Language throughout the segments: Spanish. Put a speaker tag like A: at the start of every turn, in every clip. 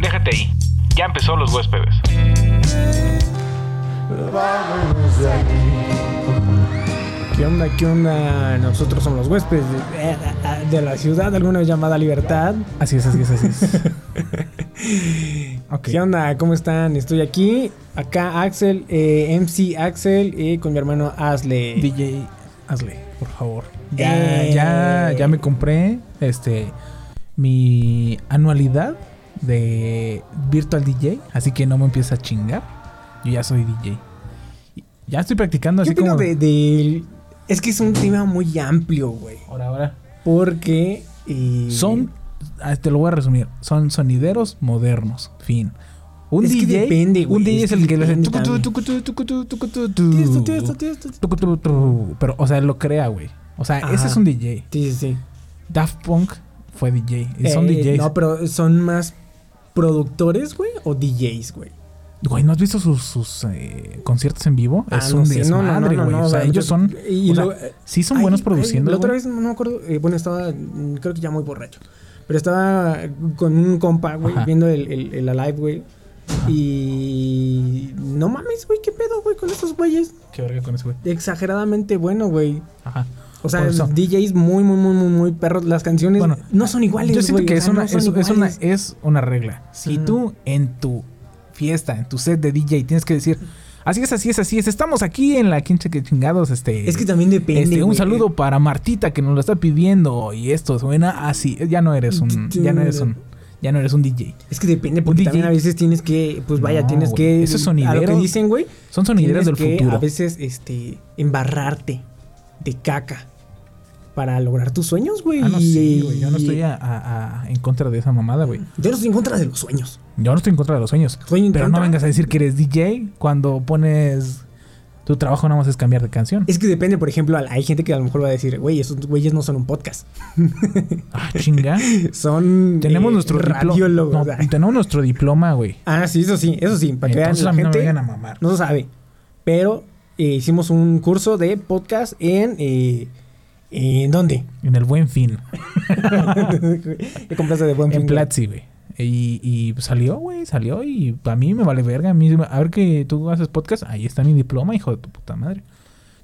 A: Quédate ahí. Ya empezó los huéspedes.
B: Vámonos de aquí. ¿Qué onda? ¿Qué onda? Nosotros somos los huéspedes de, eh, de la ciudad, alguna vez llamada Libertad.
C: Así es, así es, así es. Ok.
B: ¿Qué onda? ¿Cómo están? Estoy aquí. Acá Axel, eh, MC Axel, eh, con mi hermano Asle.
C: DJ, hazle, por favor. Ya,
B: Eh.
C: ya, ya me compré este mi anualidad de Virtual DJ, así que no me empieza a chingar. Yo ya soy DJ. Y Ya estoy practicando
B: ¿Qué
C: así
B: opino
C: como
B: de, del- Es que es un tema muy amplio, güey.
C: Ahora, ahora.
B: Porque... eh,
C: Son ah, te lo voy a resumir, son sonideros modernos, fin. Un
B: Es que
C: DJ,
B: depende, güey,
C: un DJ
B: es
C: es,
B: que
C: el que le hace
B: depende
C: tucu,
B: también.
C: tucu, tucu, tucu, tucu, tucu, tucu,
B: Tiesto, tiesto, tiesto, tiesto.
C: tucu, tucu, tucu. pero o sea, lo crea, güey. O sea,
B: Ajá.
C: ese es un DJ.
B: Sí, sí, sí.
C: Daft Punk fue DJ. Y son
B: Eh,
C: DJs.
B: No, pero son más productores, güey, o DJs, güey.
C: Güey, ¿no has visto sus, sus, eh, conciertos en vivo?
B: Ah,
C: es
B: no
C: un
B: sé, no, no, no,
C: desmadre,
B: no,
C: güey.
B: no,
C: o sea,
B: no,
C: ellos son...
B: y
C: o
B: lo- eh,
C: sea, sí son
B: Ay,
C: buenos
B: ay,
C: produciendo,
B: La otra
C: güey.
B: vez no me acuerdo, eh, bueno, estaba, mm, creo que ya muy borracho. Pero estaba con un compa, güey,
C: Ajá.
B: viendo el, el, el Alive, güey. Y no mames, güey, qué pedo, güey, con estos güeyes.
C: Qué verga con ese güey.
B: Exageradamente bueno, güey.
C: Ajá.
B: O sea,
C: Por eso.
B: DJs muy, muy, muy, muy, muy perros. Las canciones
C: Bueno,
B: no son iguales,
C: Yo siento
B: güey,
C: que
B: o
C: es
B: sea,
C: una,
B: no
C: es,
B: son
C: es una, eh,
B: iguales.
C: es una regla. Si
B: Ajá.
C: tú en tu fiesta, en tu set de DJ, tienes que decir... Así es, así es, así es. Estamos aquí en la quince que chingados, este...
B: Es que también depende,
C: este, un
B: güey.
C: saludo para Martita que nos lo está pidiendo y esto suena así. Ya no eres un, ya no eres un, ya no eres un DJ.
B: Es que depende, porque
C: DJ.
B: también a veces tienes que, pues vaya,
C: No,
B: tienes
C: güey.
B: que.
C: Esos
B: A lo que
C: sonideros-
B: dicen, güey.
C: Son sonideros del
B: tienes que
C: futuro.
B: A veces, este, embarrarte de caca para lograr tus sueños, güey.
C: Ah, no, sí,
B: Y-
C: güey. Yo no estoy a- a- a- en contra de esa mamada, güey.
B: Yo no estoy en contra de los sueños.
C: Yo no estoy en contra de los sueños.
B: Estoy en
C: Pero
B: contra-
C: no vengas a decir que eres DJ cuando pones. Tu trabajo nada más es cambiar de canción.
B: Es que depende, por ejemplo, al- hay gente que a lo mejor va a decir, güey, esos güeyes no son un podcast.
C: Ah, chinga.
B: Son.
C: Tenemos
B: eh,
C: nuestro
B: radiólogos.
C: diploma.
B: Ah,
C: tenemos nuestro diploma, güey.
B: Ah, sí, eso sí, eso sí. Para que vean
C: Entonces
B: la
C: a mí no me
B: gente.
C: vengan a mamar.
B: No sabe. Pero eh, hicimos un curso de podcast en. eh, ¿En dónde?
C: En el buen fin.
B: ¿Qué compraste de buen
C: en
B: fin?
C: Platzi, güey. Y, y pues, salió, güey, salió. Y a mí me vale verga. A, mí, a ver que tú haces podcast. Ahí está mi diploma, hijo de tu puta madre.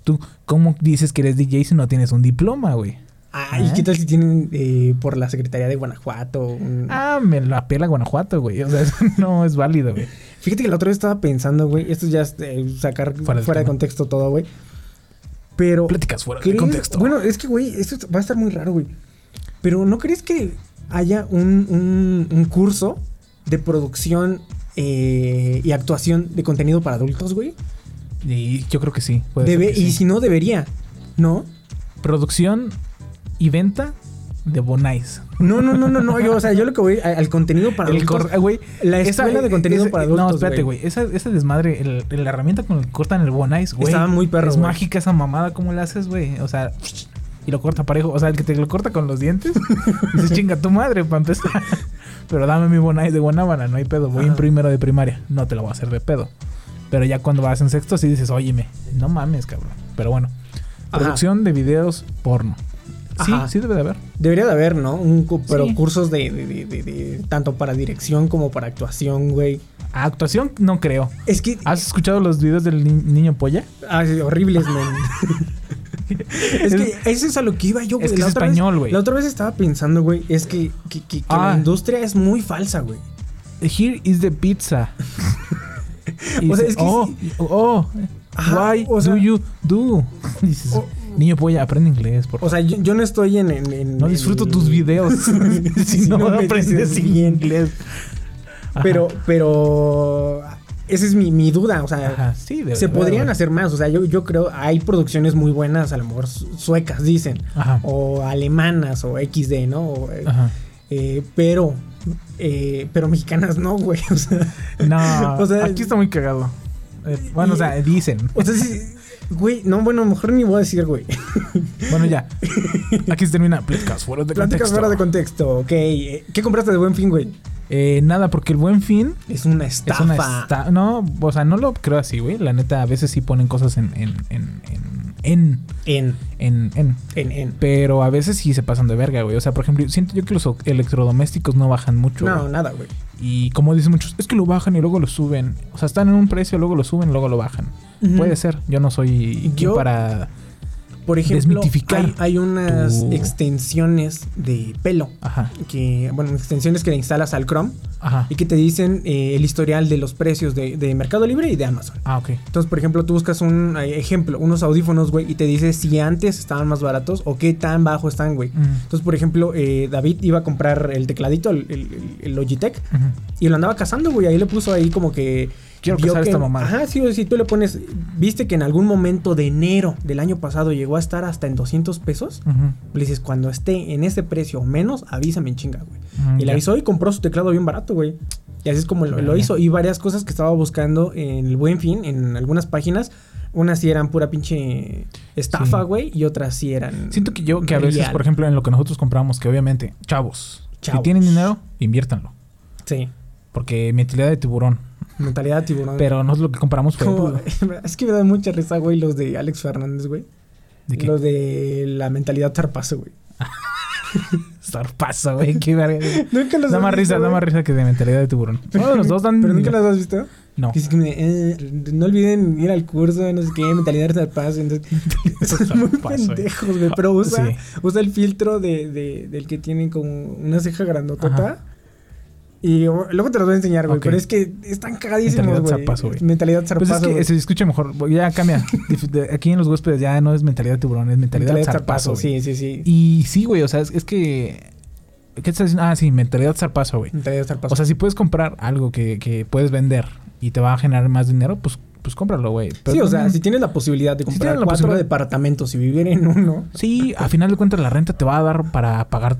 C: Tú, ¿cómo dices que eres DJ si no tienes un diploma, güey?
B: Ay, ¿qué tal si tienen eh, por la Secretaría de Guanajuato? un-
C: Ah, me la pela Guanajuato, güey. O sea, eso no es válido, güey.
B: Fíjate que la otra vez estaba pensando, güey. Esto ya es eh, sacar fuera,
C: Fuera del
B: de
C: tema.
B: contexto todo, güey. Pero.
C: Pláticas fuera de
B: ¿crees-
C: contexto.
B: Bueno, es que, güey, esto va a estar muy raro, güey. Pero ¿no crees que haya un, un- un curso de producción eh, y actuación de contenido para adultos, güey?
C: y yo creo que sí. puede ser
B: Debe,
C: que
B: y
C: sí.
B: si no, debería. ¿No?
C: Producción y venta de Bonais.
B: No, no, no, no, no. Yo, o sea, yo lo que voy a- al contenido para
C: El
B: adultos.
C: cor- ah, güey,
B: la escuela de contenido para adultos,
C: No, espérate, güey. Esa, ese desmadre, el- el- la herramienta con la que cortan el Bonais, güey.
B: Estaba muy perro,
C: Es
B: güey.
C: mágica esa mamada, ¿cómo la haces, güey? O sea, y lo corta parejo. O sea, el que te lo corta con los dientes, dices, chinga tu madre, para empezar. Pero dame mi Bonais de Guanábana, no hay pedo. Voy en
B: Ajá.
C: primero de primaria, no te lo voy a hacer de pedo. Pero ya cuando vas en sexto, sí dices, óyeme, no mames, cabrón. Pero bueno,
B: Ajá.
C: producción de videos porno. Sí,
B: Ajá.
C: sí debe de haber.
B: Debería de haber, ¿no? Un cu- pero
C: Sí.
B: cursos de, de- de- de- de- tanto para dirección como para actuación, güey.
C: Actuación, no creo.
B: Es que
C: ¿Has escuchado los videos del ni- niño polla?
B: ah, sí, horribles, man. es que eso es a lo que iba yo,
C: Es que
B: La
C: es
B: otra vez-
C: español, güey.
B: La otra vez estaba pensando, güey, es que, que- que- que
C: Ah.
B: la industria es muy falsa, güey.
C: Here is the pizza. Y
B: O sea,
C: dice,
B: es que
C: oh, oh,
B: Ajá,
C: why
B: o sea-
C: do you do? Y dices,
B: O-
C: niño polla, aprende inglés, por
B: O
C: favor.
B: sea, yo, yo no estoy en... en- en-
C: No
B: en-
C: disfruto tus videos si
B: Si
C: no,
B: no me
C: aprendes
B: dices bien.
C: inglés. Ajá,
B: Pero, pero... Esa es mi, mi duda, o sea...
C: ajá, sí, de
B: Se
C: verdad,
B: podrían
C: güey.
B: hacer más, o sea, yo, yo creo, hay producciones muy buenas, a lo mejor su- suecas, dicen,
C: Ajá.
B: o alemanas, o XD, ¿no? O, eh,
C: Ajá.
B: eh, pero, eh, pero mexicanas no, güey, o sea,
C: No,
B: O sea,
C: aquí está muy cagado. Eh, bueno, o sea, dicen.
B: o sea, sí, güey, no, bueno, a lo mejor ni voy a decir, güey,
C: Bueno, ya. Aquí se termina. Pláticas fuera de
B: pláticas
C: contexto.
B: fuera de contexto, ok, eh, ¿qué compraste de buen fin, güey?
C: Eh, nada, porque el buen fin
B: Es una
C: Es
B: estafa.
C: una esta- No, o sea, no lo creo así, güey. La neta, a veces sí ponen cosas en. en. en. en.
B: En,
C: en. en, en.
B: en, en.
C: Pero a veces sí se pasan de verga, güey. O sea, por ejemplo, siento yo que los o- electrodomésticos no bajan mucho.
B: No,
C: güey.
B: nada, güey.
C: Y como dicen muchos, es que lo bajan y luego lo suben. O sea, están en un precio, luego lo suben, luego lo bajan.
B: Ujú.
C: Puede ser. Yo no soy quien
B: Yo-
C: para.
B: Por ejemplo,
C: Desmitificar
B: hay, hay unas
C: tu-
B: extensiones de pelo.
C: Ajá,
B: Que, bueno, extensiones que le instalas al Chrome
C: ajá.
B: y que te dicen eh, el historial de los precios de, de Mercado Libre y de Amazon.
C: Ah, ok.
B: Entonces, por ejemplo, tú buscas un eh, ejemplo, unos audífonos, güey, y te dice si antes estaban más baratos o qué tan bajo están, güey.
C: Mm,
B: Entonces, por ejemplo, eh, David iba a comprar el tecladito, el, el- el Logitech,
C: ujú.
B: y lo andaba cazando, güey. Ahí le puso ahí como que.
C: Quiero
B: vio
C: cazar esta mamada.
B: Ajá, sí, o sea, si tú le pones. Viste que en algún momento de enero del año pasado llegó a estar hasta en 200 pesos.
C: Ujú.
B: Le dices, cuando esté en ese precio o menos, avísame en chinga, güey.
C: Mm,
B: Y le
C: ya.
B: avisó y compró su teclado bien barato, güey. Y así es como lo, lo
C: Verga.
B: hizo. Y varias cosas que estaba buscando en el buen fin, en algunas páginas. Unas sí eran pura pinche estafa,
C: Sí.
B: güey. Y otras sí eran.
C: Siento que yo, que a veces,
B: real.
C: por ejemplo, en lo que nosotros compramos, que obviamente, chavos, si
B: Chavos.
C: tienen dinero, inviértanlo.
B: Sí.
C: Porque mentalidad de tiburón.
B: Mentalidad de tiburón.
C: Pero nosotros lo que compramos fue.
B: Como- es que me dan mucha risa, güey, los de Alex Fernández, güey.
C: ¿De qué?
B: Los de la mentalidad tarpazo, güey.
C: Zarpazo, güey. Qué verga.
B: Nunca los
C: Da
B: has
C: más
B: visto,
C: risa, da
B: güey?
C: más risa que de mentalidad de tiburón. Todos los dos dan.
B: Pero nunca los has visto.
C: No.
B: Dices que me- eh, no olviden ir al curso, no sé qué, mentalidad tarpazo. Entonces, son muy
C: Zarpazo, güey.
B: pendejos, güey. Pero usa,
C: eh. Sí.
B: usa el filtro de, de- del que tienen como una ceja grandotota. Y o- luego te los voy a enseñar, güey.
C: Ok.
B: Pero es que están cagadísimos, güey.
C: Mentalidad zarpazo, güey.
B: Mentalidad
C: Pues es
B: zarpazo,
C: que
B: güey.
C: se escucha mejor. Ya cambia. Dif- de- Aquí en los huéspedes ya no es mentalidad de tiburón, es mentalidad,
B: Mentalidad
C: zarpazo.
B: zarpazo,
C: güey.
B: sí, sí, sí.
C: Y sí, güey, o sea, es, es que. ¿Qué estás diciendo? Ah, sí, mentalidad zarpazo, güey.
B: Mentalidad zarpazo.
C: O sea, si puedes comprar algo que, que puedes vender y te va a generar más dinero, pues, pues cómpralo, güey. Pero
B: sí, o sea,
C: también-
B: si tienes la posibilidad de
C: si
B: comprar
C: tienes la
B: cuatro
C: posibilidad-
B: departamentos y vivir en uno,
C: Sí, a final de cuentas la renta te va a dar para pagar.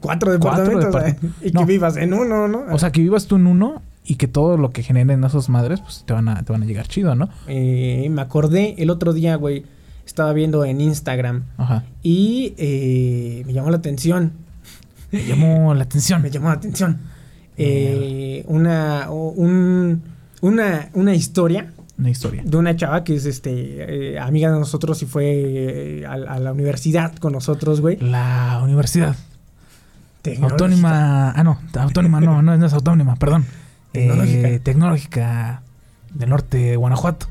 B: cuatro
C: Cuatro
B: departamentos
C: depart-
B: ¿eh? y
C: No.
B: que vivas en uno, ¿no?
C: O sea, que vivas tú en uno y que todo lo que generen esas madres, pues te van a, te van a llegar chido, ¿no?
B: Eh, me acordé el otro día, güey, estaba viendo en Instagram
C: Ajá.
B: y eh, me llamó la atención,
C: Me llamó la atención.
B: me llamó la atención. Eh, una, o- un- una, una historia
C: Una historia.
B: de una chava que es este eh, amiga de nosotros y fue eh, a, a la universidad con nosotros,
C: Mm,
B: güey.
C: La universidad.
B: Tecnológica.
C: Autónoma. Ah, no. Autónoma, no, no, no es autónoma, perdón.
B: Tecnológica.
C: Eh, tecnológica del norte de Guanajuato.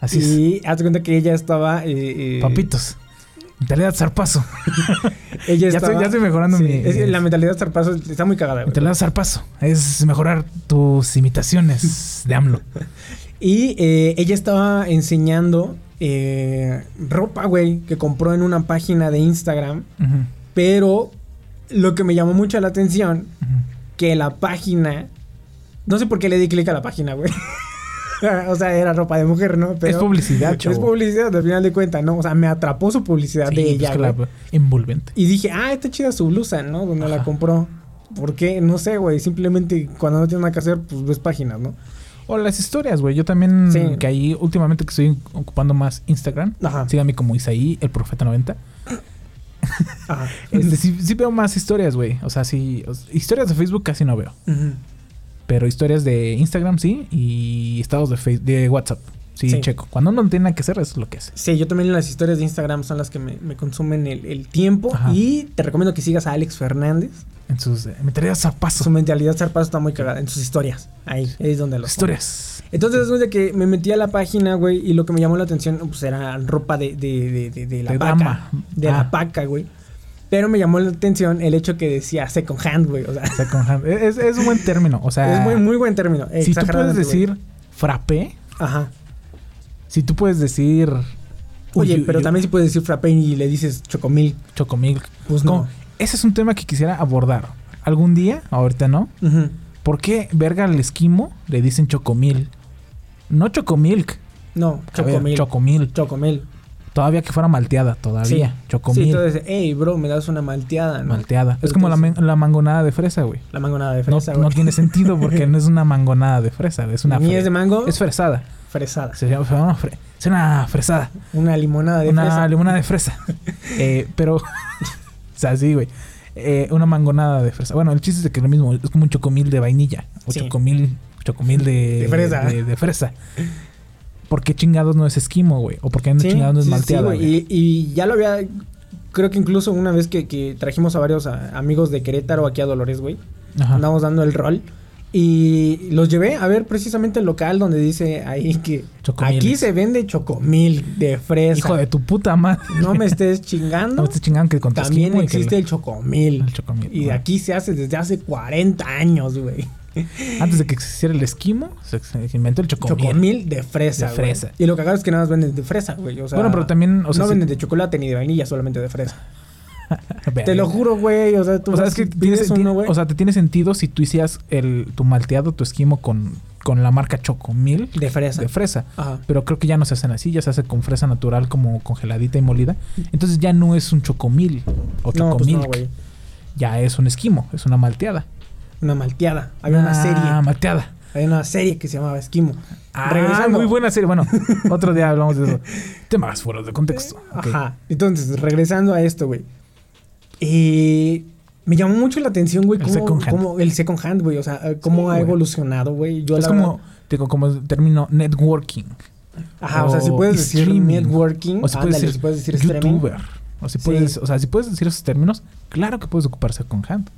C: Así es.
B: Y haz de cuenta que ella estaba. eh, eh,
C: Papitos. Mentalidad zarpazo.
B: Ah, Ella
C: Ya
B: estaba-
C: estoy- ya estoy mejorando mi-
B: es que la mentalidad zarpazo está muy cagada, güey.
C: Mentalidad zarpazo. Es mejorar tus imitaciones de AMLO.
B: Y eh, ella estaba enseñando eh, ropa, güey, que compró en una página de Instagram.
C: Ujú,
B: Pero lo que me llamó mucho la atención,
C: ujú.
B: que la página... No sé por qué le di clic a la página, güey. o sea, era ropa de mujer, ¿no? Pero
C: es publicidad, chavo.
B: Es publicidad, al final de cuentas, ¿no? O sea, me atrapó su publicidad
C: Sí,
B: de
C: pues
B: ella,
C: que la-
B: güey.
C: envolvente.
B: Y dije, ah, está chida su blusa, ¿no? Donde la
C: Ajá.
B: compró. ¿Por qué? No sé, güey. Simplemente cuando no tienes nada que hacer, pues ves páginas, ¿no?
C: O las historias, güey. Yo también,
B: Sí. Ah.
C: que ahí últimamente que estoy ocupando más Instagram.
B: Ajá.
C: Síganme como Isaí, el profeta 90.
B: Ajá.
C: Este, sí, sí veo más historias, güey. O sea, sí. o- Historias de Facebook casi no veo.
B: Ujú.
C: Pero historias de Instagram sí. Y estados de, Face- de WhatsApp. Sí,
B: Sí.
C: checo. Cuando no tiene nada que hacer, eso es lo que hace.
B: Sí, yo también las historias de Instagram son las que me, me consumen el, el tiempo.
C: Ajá.
B: Y te recomiendo que sigas a Alex Fernández.
C: En sus. eh, me traía
B: Su
C: zapazo.
B: mentalidad zarpazo está muy cagada en sus historias. Ahí, ahí es donde los.
C: Historias.
B: Entonces, después de que me metí a la página, güey, y lo que me llamó la atención, pues era ropa de, de, de, de, de la
C: De
B: paca.
C: dama.
B: De
C: Ah.
B: la paca, güey. Pero me llamó la atención el hecho que decía second hand, güey. O sea,
C: Second hand. Es, es un buen término. O sea.
B: es muy, muy buen término.
C: Ah. si tú puedes
B: exageradamente,
C: decir
B: güey.
C: frappé,
B: Ajá.
C: si tú puedes decir.
B: Oye,
C: uy,
B: pero
C: uy,
B: también si puedes decir frappé y le dices chocomil.
C: Chocomilk.
B: Pues
C: No,
B: no.
C: Ese es un tema que quisiera abordar. Algún día, ahorita no.
B: Ujú.
C: ¿Por qué verga al esquimo le dicen chocomil? No chocomilk.
B: No,
C: A ver,
B: chocomil.
C: chocomil.
B: chocomil.
C: Todavía que fuera malteada, todavía.
B: Sí.
C: Chocomil.
B: Sí, entonces, hey, bro, me das una malteada, ¿no?
C: malteada.
B: Pero
C: Es como la,
B: entonces-
C: men- la mangonada de fresa, güey.
B: La mangonada de
C: No,
B: fresa,
C: no
B: güey.
C: tiene sentido porque no es una mangonada de fresa, es una
B: Ni
C: fre-
B: es de mango,
C: es fresada.
B: fresada.
C: Se llama, se llama fre- es una fresada.
B: Una limonada de
C: una
B: fresa.
C: limonada de fresa. Eh, pero, o sea, sí, güey. Eh, una mangonada de fresa. Bueno, el chiste es de que es lo mismo. Es como un chocomil de vainilla. O
B: Sí.
C: chocomil, chocomil de,
B: De fresa.
C: De, de fresa. ¿Por qué chingados no es esquimo, güey? ¿O por qué no
B: Sí,
C: chingados no es
B: sí, sí,
C: malteada,
B: güey. y,
C: güey?
B: y ya lo había... Creo que incluso una vez que, que trajimos a varios a- amigos de Querétaro aquí a Dolores, güey.
C: Ajá.
B: Andamos dando el rol. Y los llevé a ver precisamente el local donde dice ahí que
C: Chocomiles.
B: aquí se vende chocomil de fresa.
C: Hijo de tu puta madre.
B: No me estés
C: No
B: chingando.
C: me estés chingando Pues que con tu
B: También
C: esquimo y que
B: existe
C: lo-
B: el chocomil.
C: el chocomil,
B: Y de
C: ajá.
B: aquí se hace desde hace 40 años, güey.
C: Antes de que existiera el esquimo, se se inventó el chocomil.
B: Chocomil de fresa.
C: De
B: güey.
C: fresa.
B: Y lo cagado es que nada más venden de fresa, güey. O sea,
C: Bueno, pero también, o sea,
B: no
C: si-
B: venden de chocolate ni de vainilla, solamente de fresa.
C: Verga.
B: Te lo juro, güey. O sea, tú
C: O sea,
B: vas
C: es que
B: y
C: tiene,
B: pides
C: tiene-
B: uno, güey.
C: o sea, te tiene sentido si tú hicieras el, tu malteado, tu esquimo con, con la marca Chocomil
B: de fresa.
C: de fresa.
B: Ajá.
C: Pero creo que ya no se hacen así, ya se hace con fresa natural como congeladita y molida. Entonces ya no es un chocomil o
B: No, pues
C: chocomil.
B: no, güey.
C: ya es un esquimo, es una malteada.
B: Una malteada. Había una
C: Ah,
B: serie.
C: malteada.
B: Había una serie que se llamaba Esquimo.
C: Ah, muy buena serie. Bueno, otro día hablamos de eso. Temas fuera de contexto. Ok.
B: Ajá. Entonces, regresando a esto, güey. Eh, me llamó mucho la atención, güey,
C: El
B: cómo,
C: second hand.
B: cómo- el second hand, güey. O sea, eh, cómo
C: Sí,
B: ha
C: güey.
B: evolucionado, güey. Yo
C: Es
B: la
C: como, digo, como el término networking.
B: verdad- Ajá, o, sea, si puedes decir
C: streaming.
B: networking,
C: O si puedes
B: ándale,
C: decir,
B: si puedes decir streaming.
C: youtuber. O si, puedes,
B: Sí.
C: o sea, si puedes decir esos términos, claro que puedes ocuparse con hand.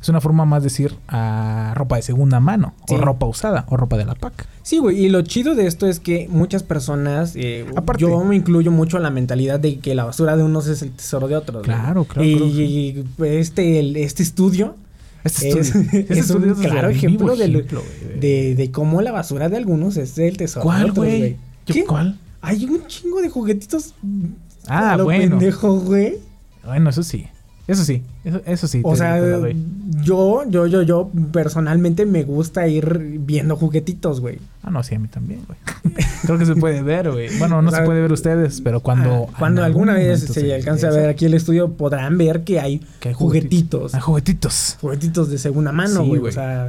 C: Es una forma más de decir a ropa de segunda mano,
B: Sí.
C: o ropa usada, o ropa de la PAC.
B: Sí, güey, y lo chido de esto es que muchas personas, eh,
C: Aparte.
B: yo me incluyo mucho a la mentalidad de que la basura de unos es el tesoro de otros. güey.
C: Claro, claro,
B: Y,
C: claro.
B: y- y este, el- este estudio
C: Este
B: Es-
C: estudio-
B: es
C: estudio
B: un
C: el
B: claro
C: vivo
B: ejemplo del-
C: güey.
B: de, de cómo la basura de algunos es el tesoro de
C: ¿Cuál,
B: otros,
C: güey? Yo,
B: ¿Qué?
C: ¿Cuál?
B: Hay un chingo de juguetitos
C: Ah,
B: a lo
C: bueno.
B: pendejo, güey.
C: Bueno, eso sí. Eso sí. Eso, eso sí.
B: O
C: te-
B: sea,
C: te la doy.
B: yo, yo, yo, yo personalmente me gusta ir viendo juguetitos, güey.
C: Ah, no, sí, a mí también, güey. Creo que se puede ver, güey. Bueno, no
B: O sea,
C: se puede ver ustedes, pero cuando.
B: Ah, cuando
C: en
B: alguna
C: algún
B: vez
C: momento
B: se alcance a
C: regresa,
B: ver aquí el estudio podrán ver que hay,
C: que hay
B: juguetitos.
C: Ah, juguetitos.
B: Juguetitos de segunda mano,
C: Sí,
B: güey. o
C: güey.
B: sea,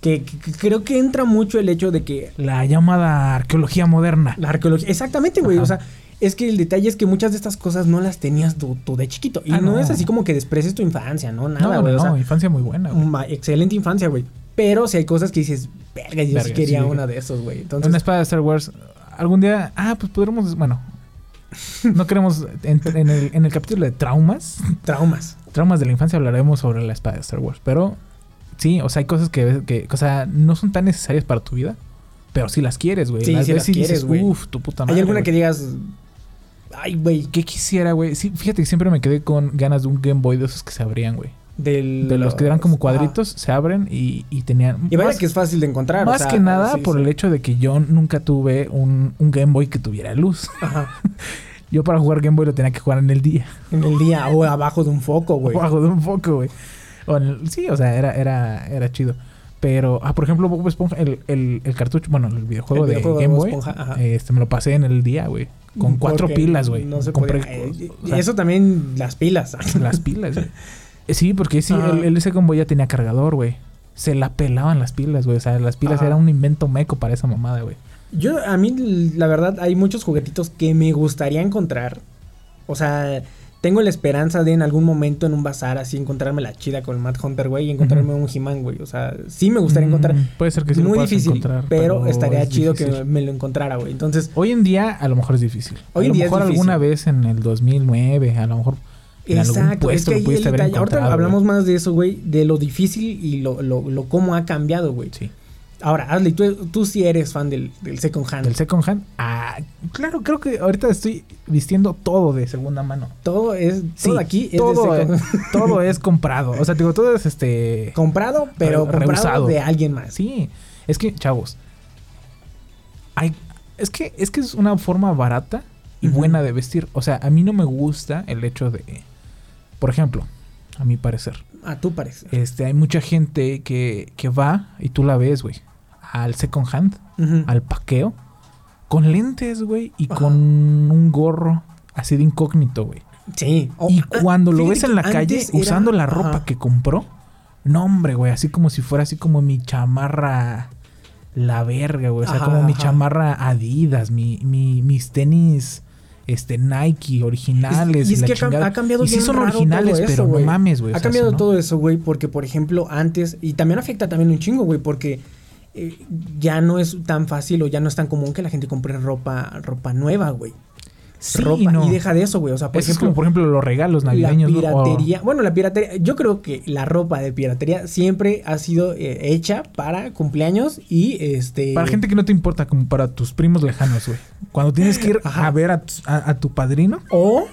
B: que, que- que creo que entra mucho el hecho de que
C: La llamada arqueología moderna.
B: la arqueología... Exactamente, güey.
C: Ajá.
B: O sea, es que el detalle es que muchas de estas cosas no las tenías tú, tú de chiquito. Y
C: Ah,
B: no.
C: no.
B: es así como que desprecies tu infancia, ¿no? Nada,
C: no,
B: güey.
C: no,
B: o sea, mm,
C: no, infancia muy buena, güey.
B: ma- excelente infancia, güey. Pero si hay cosas que dices, verga, yo sí
C: Verga,
B: quería
C: sí.
B: una de esos, güey. Entonces,
C: Una espada de Star Wars. Algún día. Ah, pues podremos. Bueno. No queremos. En, en el, en el capítulo de traumas.
B: traumas.
C: Traumas de la infancia hablaremos sobre la espada de Star Wars. Pero. Sí, o sea, hay cosas que, que o sea, no son tan necesarias para tu vida. Pero si las quieres, güey.
B: Sí, sí las quieres, güey.
C: Uf, tu puta madre.
B: ¿Hay alguna
C: güey.
B: que digas, ay, güey,
C: ¿Qué quisiera, güey? Sí, fíjate que siempre me quedé con ganas de un Game Boy de esos que se abrían, güey.
B: del-
C: De los que eran como
B: Ajá.
C: cuadritos, se abren y, y tenían...
B: Y vaya
C: más,
B: que es fácil de encontrar. o
C: más
B: sea,
C: que nada
B: sí,
C: por
B: sí.
C: el hecho de que yo nunca tuve un, un Game Boy que tuviera luz.
B: Ajá.
C: Yo para jugar Game Boy lo tenía que jugar en el día.
B: En el día o abajo de un foco, güey.
C: Bajo de un poco, güey. O en el- sí, o sea, era, era, era chido. Pero, ah, por ejemplo, Bob Esponja, el, el, el cartucho, bueno, el videojuego
B: El
C: de
B: videojuego de
C: Game
B: Bob
C: Boy,
B: Esponja, ajá.
C: este, me lo pasé en el día, güey. Con cuatro
B: Porque
C: pilas, güey.
B: No se
C: Compré-
B: podía- eh,
C: o sea,
B: Eso también, las pilas.
C: las pilas, güey. Eh, Sí, porque sí,
B: Ajá.
C: el, el ese combo ya tenía cargador, güey. Se la pelaban las pilas, güey. O sea, las pilas
B: Ajá.
C: era un invento meco para esa mamada, güey.
B: Yo, a mí, la verdad, hay muchos juguetitos que me gustaría encontrar. O sea, tengo la esperanza de en algún momento en un bazar así encontrarme la chida con el Mad Hunter, güey, y encontrarme un He-Man, güey. O sea, sí me gustaría encontrar.
C: Mm, puede ser que sí lo
B: Muy
C: puedas
B: difícil,
C: encontrar,
B: pero, estaría
C: es
B: chido que
C: difícil.
B: me lo encontrara, güey. Entonces,
C: Hoy en día a lo mejor es difícil.
B: Hoy en
C: a lo
B: día es
C: mejor
B: difícil.
C: alguna vez en el 2009, a lo mejor en algún
B: Exacto, es que
C: puesto lo
B: ahí el
C: pudiste haber
B: detalle. Ahorita
C: encontrado,
B: hablamos
C: güey.
B: más de eso, güey, de lo difícil y lo, lo, lo cómo ha cambiado, güey.
C: Sí.
B: Ahora, Ashley, tú, tú sí eres fan del, del Second Hand.
C: Del second hand. Ah, claro, creo que ahorita estoy vistiendo todo de segunda mano.
B: todo es,
C: Sí,
B: todo aquí es
C: todo,
B: de Second
C: es, todo es comprado. O sea, digo, todo es este.
B: Comprado, pero
C: Re-
B: comprado
C: rehusado.
B: de alguien más.
C: Sí, es que, chavos, hay, es que es que es una forma barata y
B: Ujú.
C: buena de vestir. O sea, a mí no me gusta el hecho de, por ejemplo, a mi parecer,
B: A tu parecer.
C: este, hay mucha gente que, que va y tú la ves, güey, al second hand,
B: Ujú.
C: Eh, al paqueo, con lentes, güey, y
B: Ajá.
C: con un gorro así de incógnito, güey.
B: Sí. O-
C: Y
B: ah,
C: cuando lo
B: fíjate
C: ves
B: que
C: en la calle
B: antes era-
C: usando la ropa
B: ajá.
C: que compró, no, hombre, güey, así como si fuera así como mi chamarra la verga, güey. O sea,
B: Ajá,
C: como mi
B: ajá.
C: chamarra Adidas, mi, mi- mis tenis este Nike originales.
B: Y es
C: la
B: que ha cam-
C: chingada.
B: ha cambiado
C: Y sí
B: bien
C: son
B: raro
C: originales,
B: todo eso,
C: pero
B: güey.
C: no mames, güey. o
B: Ha
C: sea,
B: cambiado
C: eso no-
B: todo eso, güey, porque por ejemplo, antes y también afecta también un chingo, güey, porque eh, ya no es tan fácil o ya no es tan común que la gente compre ropa ropa nueva, güey.
C: Sí
B: ropa.
C: y no.
B: Y deja de eso, güey. O sea, por
C: Eso es
B: ejemplo,
C: como, por ejemplo, los regalos navideños. ¿no?
B: la
C: O-
B: piratería. Bueno, la piratería. Yo creo que la ropa de piratería siempre ha sido eh, hecha para cumpleaños y este.
C: Para gente que no te importa, como para tus primos lejanos, güey. Cuando tienes que ir
B: Ajá.
C: a ver a, tus- a- a tu padrino.
B: O,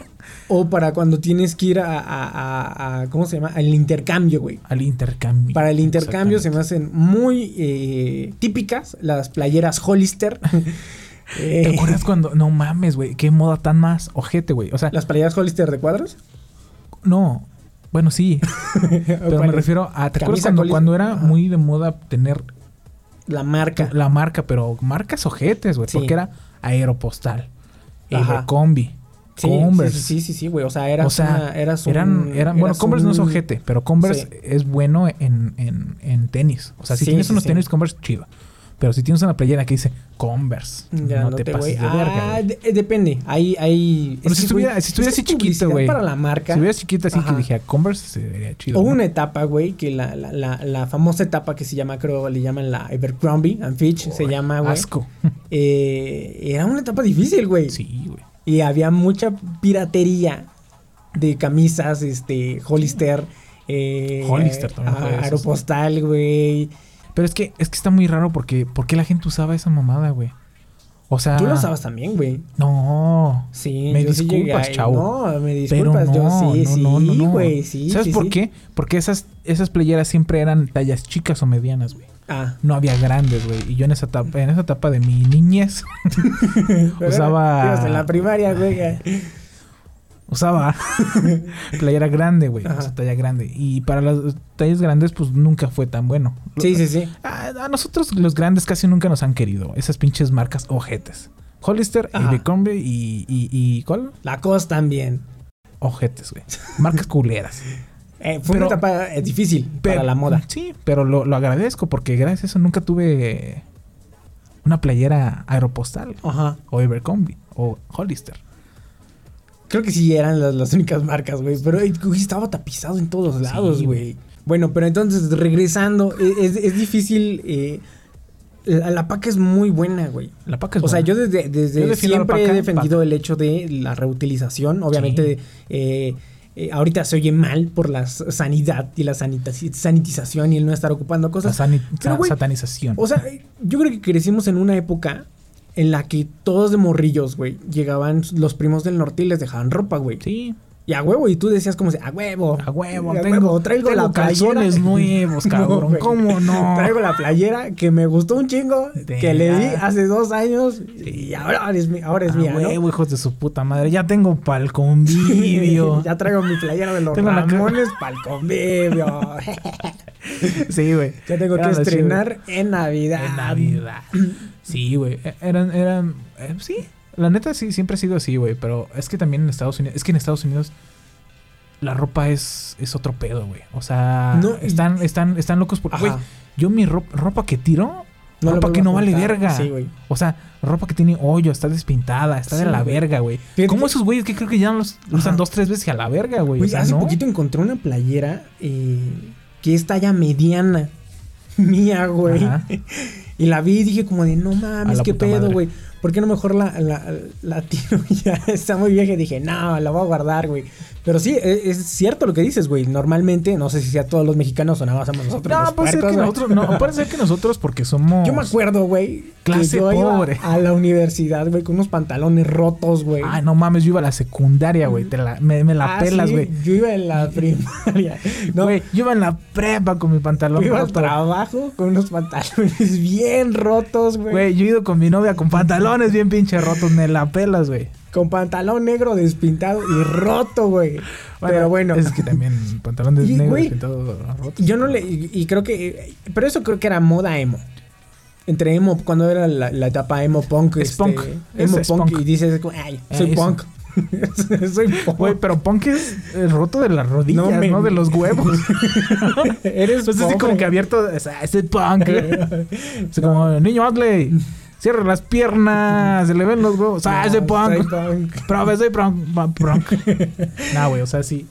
B: o para cuando tienes que ir a, a- a- a- ¿Cómo se llama? Al intercambio, güey.
C: Al intercambio.
B: Para el intercambio se me
C: Exactamente.
B: hacen muy eh, típicas las playeras Hollister. Eh,
C: ¿Te acuerdas cuando.? No mames, güey. Qué moda tan más ojete, güey. O sea,
B: ¿Las playeras Hollister de cuadros?
C: no. Bueno, sí. Pero me
B: ¿Cuál es?
C: refiero a. ¿Te acuerdas
B: Camisa
C: cuando,
B: colis-
C: cuando era
B: Ajá.
C: muy de moda tener
B: La marca.
C: la marca, pero marcas ojetes, güey?
B: Sí.
C: Porque era Aeropostal,
B: Ajá.
C: Aerocombi,
B: Sí,
C: Converse.
B: Sí, sí, sí, sí, güey. O sea, eras
C: o sea,
B: una- eras un-
C: eran, eran, bueno,
B: eras
C: Converse no es
B: un-
C: ojete, pero Converse
B: Sí.
C: es bueno en, en, en tenis. O sea, si
B: Sí,
C: tienes
B: sí,
C: unos
B: sí.
C: tenis Converse, chido. Pero si tienes una playera que dice Converse, no
B: Grandote,
C: te
B: güey.
C: pases de verga.
B: Ah,
C: güey.
B: de- eh, depende. Ahí, ahí.
C: Pero
B: es
C: si
B: que, güey,
C: estuviera, si estuviera
B: es que
C: así
B: es
C: chiquito,
B: publicidad
C: güey.
B: Para la marca.
C: Si estuviera chiquito así
B: Ajá.
C: que dijera Converse, se vería chido.
B: O
C: ¿no?
B: una etapa, güey, que la, la, la, la famosa etapa que se llama, creo, le llaman la Evercrombie and Fitch, se
C: Uy,
B: llama, güey.
C: Asco.
B: Eh, era una etapa difícil, güey.
C: Sí, güey.
B: Y había mucha piratería de camisas, este, Hollister. Eh,
C: Hollister también
B: ah,
C: fue de esos.
B: Aeropostal, güey.
C: Pero es que, es que está muy raro porque ¿por qué la gente usaba esa mamada, güey? O sea.
B: Tú lo sabes también, güey.
C: No.
B: Sí,
C: Me
B: yo sí
C: disculpas,
B: llegué a-
C: chavo.
B: No, me
C: Pero
B: disculpas,
C: no,
B: yo sí,
C: no,
B: sí,
C: no, no, no.
B: güey, sí.
C: ¿Sabes
B: sí,
C: por
B: sí.
C: qué? Porque esas, esas playeras siempre eran tallas chicas o medianas, güey.
B: Ah.
C: No había grandes, güey. Y yo en esa etapa, en esa etapa de mi niñez Usaba-
B: Ibas en la primaria, güey.
C: usaba playera grande, güey. O
B: Ajá.
C: sea, talla grande. Y para las tallas grandes, pues nunca fue tan bueno.
B: Sí, sí, sí.
C: A, a nosotros los grandes casi nunca nos han querido. Esas pinches marcas ojetes. Hollister,
B: Ajá.
C: Abercrombie y, y, y... ¿Cuál?
B: La COS también.
C: Ojetes, güey. Marcas culeras.
B: Eh, fue
C: Pero-
B: una etapa eh, difícil
C: Pero-
B: para la moda.
C: Sí, pero lo, lo agradezco porque gracias a eso nunca tuve una playera aeropostal
B: Ajá.
C: o Evercombi o Hollister.
B: Creo que sí eran las, las únicas marcas, güey. Pero eh, güey, estaba tapizado en todos lados,
C: Sí,
B: güey. Bueno, pero entonces, regresando, e- es, es difícil. eh, la, la PAC es muy buena, güey.
C: La paca es
B: O sea,
C: buena.
B: yo desde, desde
C: Yo defiendo la
B: siempre
C: paca,
B: he defendido
C: paca.
B: el hecho de la reutilización. Obviamente, eh, eh, ahorita se oye mal por la s- sanidad y la sanita- sanitización y el no estar ocupando
C: La
B: cosas.
C: sani-
B: Pero,
C: sa-
B: güey,
C: satanización.
B: O sea, eh, yo creo que crecimos en una época en la que todos de morrillos, güey, llegaban los primos del norte y les dejaban ropa, güey.
C: sí,
B: Y a huevo, y tú decías como, si, a huevo.
C: a huevo,
B: a
C: tengo,
B: huevo, traigo
C: tengo
B: la
C: calzones
B: playera".
C: nuevos,
B: No,
C: cabrón.
B: güey.
C: ¿Cómo no?
B: Traigo la playera que me gustó un chingo,
C: De
B: que le di
C: la-
B: hace dos años y ahora es, mi- ahora es
C: A
B: mía, ¿no?
C: Ah, huevo, hijos de su puta madre. Ya tengo pa'l convivio.
B: ya traigo mi playera de los
C: Tengo la ca-
B: Ramones para el convivio.
C: sí, güey.
B: ya tengo que
C: Era lo chido.
B: estrenar en Navidad.
C: En Navidad. Sí, güey. E- Eran, eran, eh, sí. La neta sí, siempre ha sido así, güey. Pero es que también en Estados Unidos, es que en Estados Unidos la ropa es, es otro pedo, güey. O sea,
B: No, y-
C: están, están, están locos por,
B: Ajá.
C: güey, yo mi ro- ropa que tiro,
B: lo
C: ropa
B: vuelvo
C: que
B: a
C: no vale
B: juntar.
C: verga.
B: Sí, güey.
C: O sea, ropa que tiene hoyo, está despintada, está de
B: Sí,
C: la
B: güey.
C: verga, güey.
B: Fíjate
C: ¿Cómo
B: que-
C: esos güeyes que creo que ya los usan
B: Ajá.
C: dos, tres veces y a la verga, güey? O
B: Güey,
C: sea,
B: hace
C: ¿no?
B: poquito encontré una playera eh, que es talla mediana. Mía, güey.
C: Ajá.
B: Y la vi y dije como de, no
C: A
B: mames,
C: la
B: qué
C: puta
B: pedo,
C: madre.
B: güey. ¿Por qué no mejor la, la, la tiro ya? Está muy vieja. Y dije, no, la voy a guardar, güey. Pero sí, e- es, cierto lo que dices, güey. Normalmente, no sé si sea todos los mexicanos o nada más somos nosotros.
C: No,
B: los
C: puede ser
B: puercos,
C: que
B: güey.
C: nosotros, no, puede ser que nosotros porque somos...
B: Yo me acuerdo, güey, que
C: Clase
B: yo iba
C: pobre.
B: a la universidad, güey, con unos pantalones rotos, güey.
C: Ay, no mames, yo iba a la secundaria, güey. Te la- me, me la
B: Ah,
C: pelas,
B: sí,
C: güey.
B: Yo iba en la primaria. No,
C: Güey, yo iba en la prepa con mi pantalón
B: Yo iba al
C: roto.
B: trabajo con unos pantalones bien rotos, güey.
C: Güey, yo he ido con mi novia con pantalones bien pinche rotos. Me la pelas, güey.
B: Con pantalón negro despintado y roto, güey. Pero bueno.
C: Es que también el pantalón de
B: Y,
C: negro
B: güey,
C: pintado roto.
B: Yo no le. Y, y creo que. Pero eso creo que era moda emo. Entre emo, cuando era la, la etapa emo punk. este,
C: Es punk. Es-
B: Emo
C: es
B: punk,
C: punk.
B: Y dices, ay, soy
C: Eso.
B: punk. soy punk.
C: Güey, pero punk es el roto de las rodillas,
B: No
C: ¿no?
B: me-
C: De los huevos.
B: Eres
C: Entonces, así
B: pobre.
C: como que abierto. Es, ah, ese punk. Es como, niño Adley, cierra las piernas, se le ven los huevos. Ah,
B: No,
C: ese punk.
B: soy punk.
C: Profe, soy pronk. nah, güey, o sea, sí.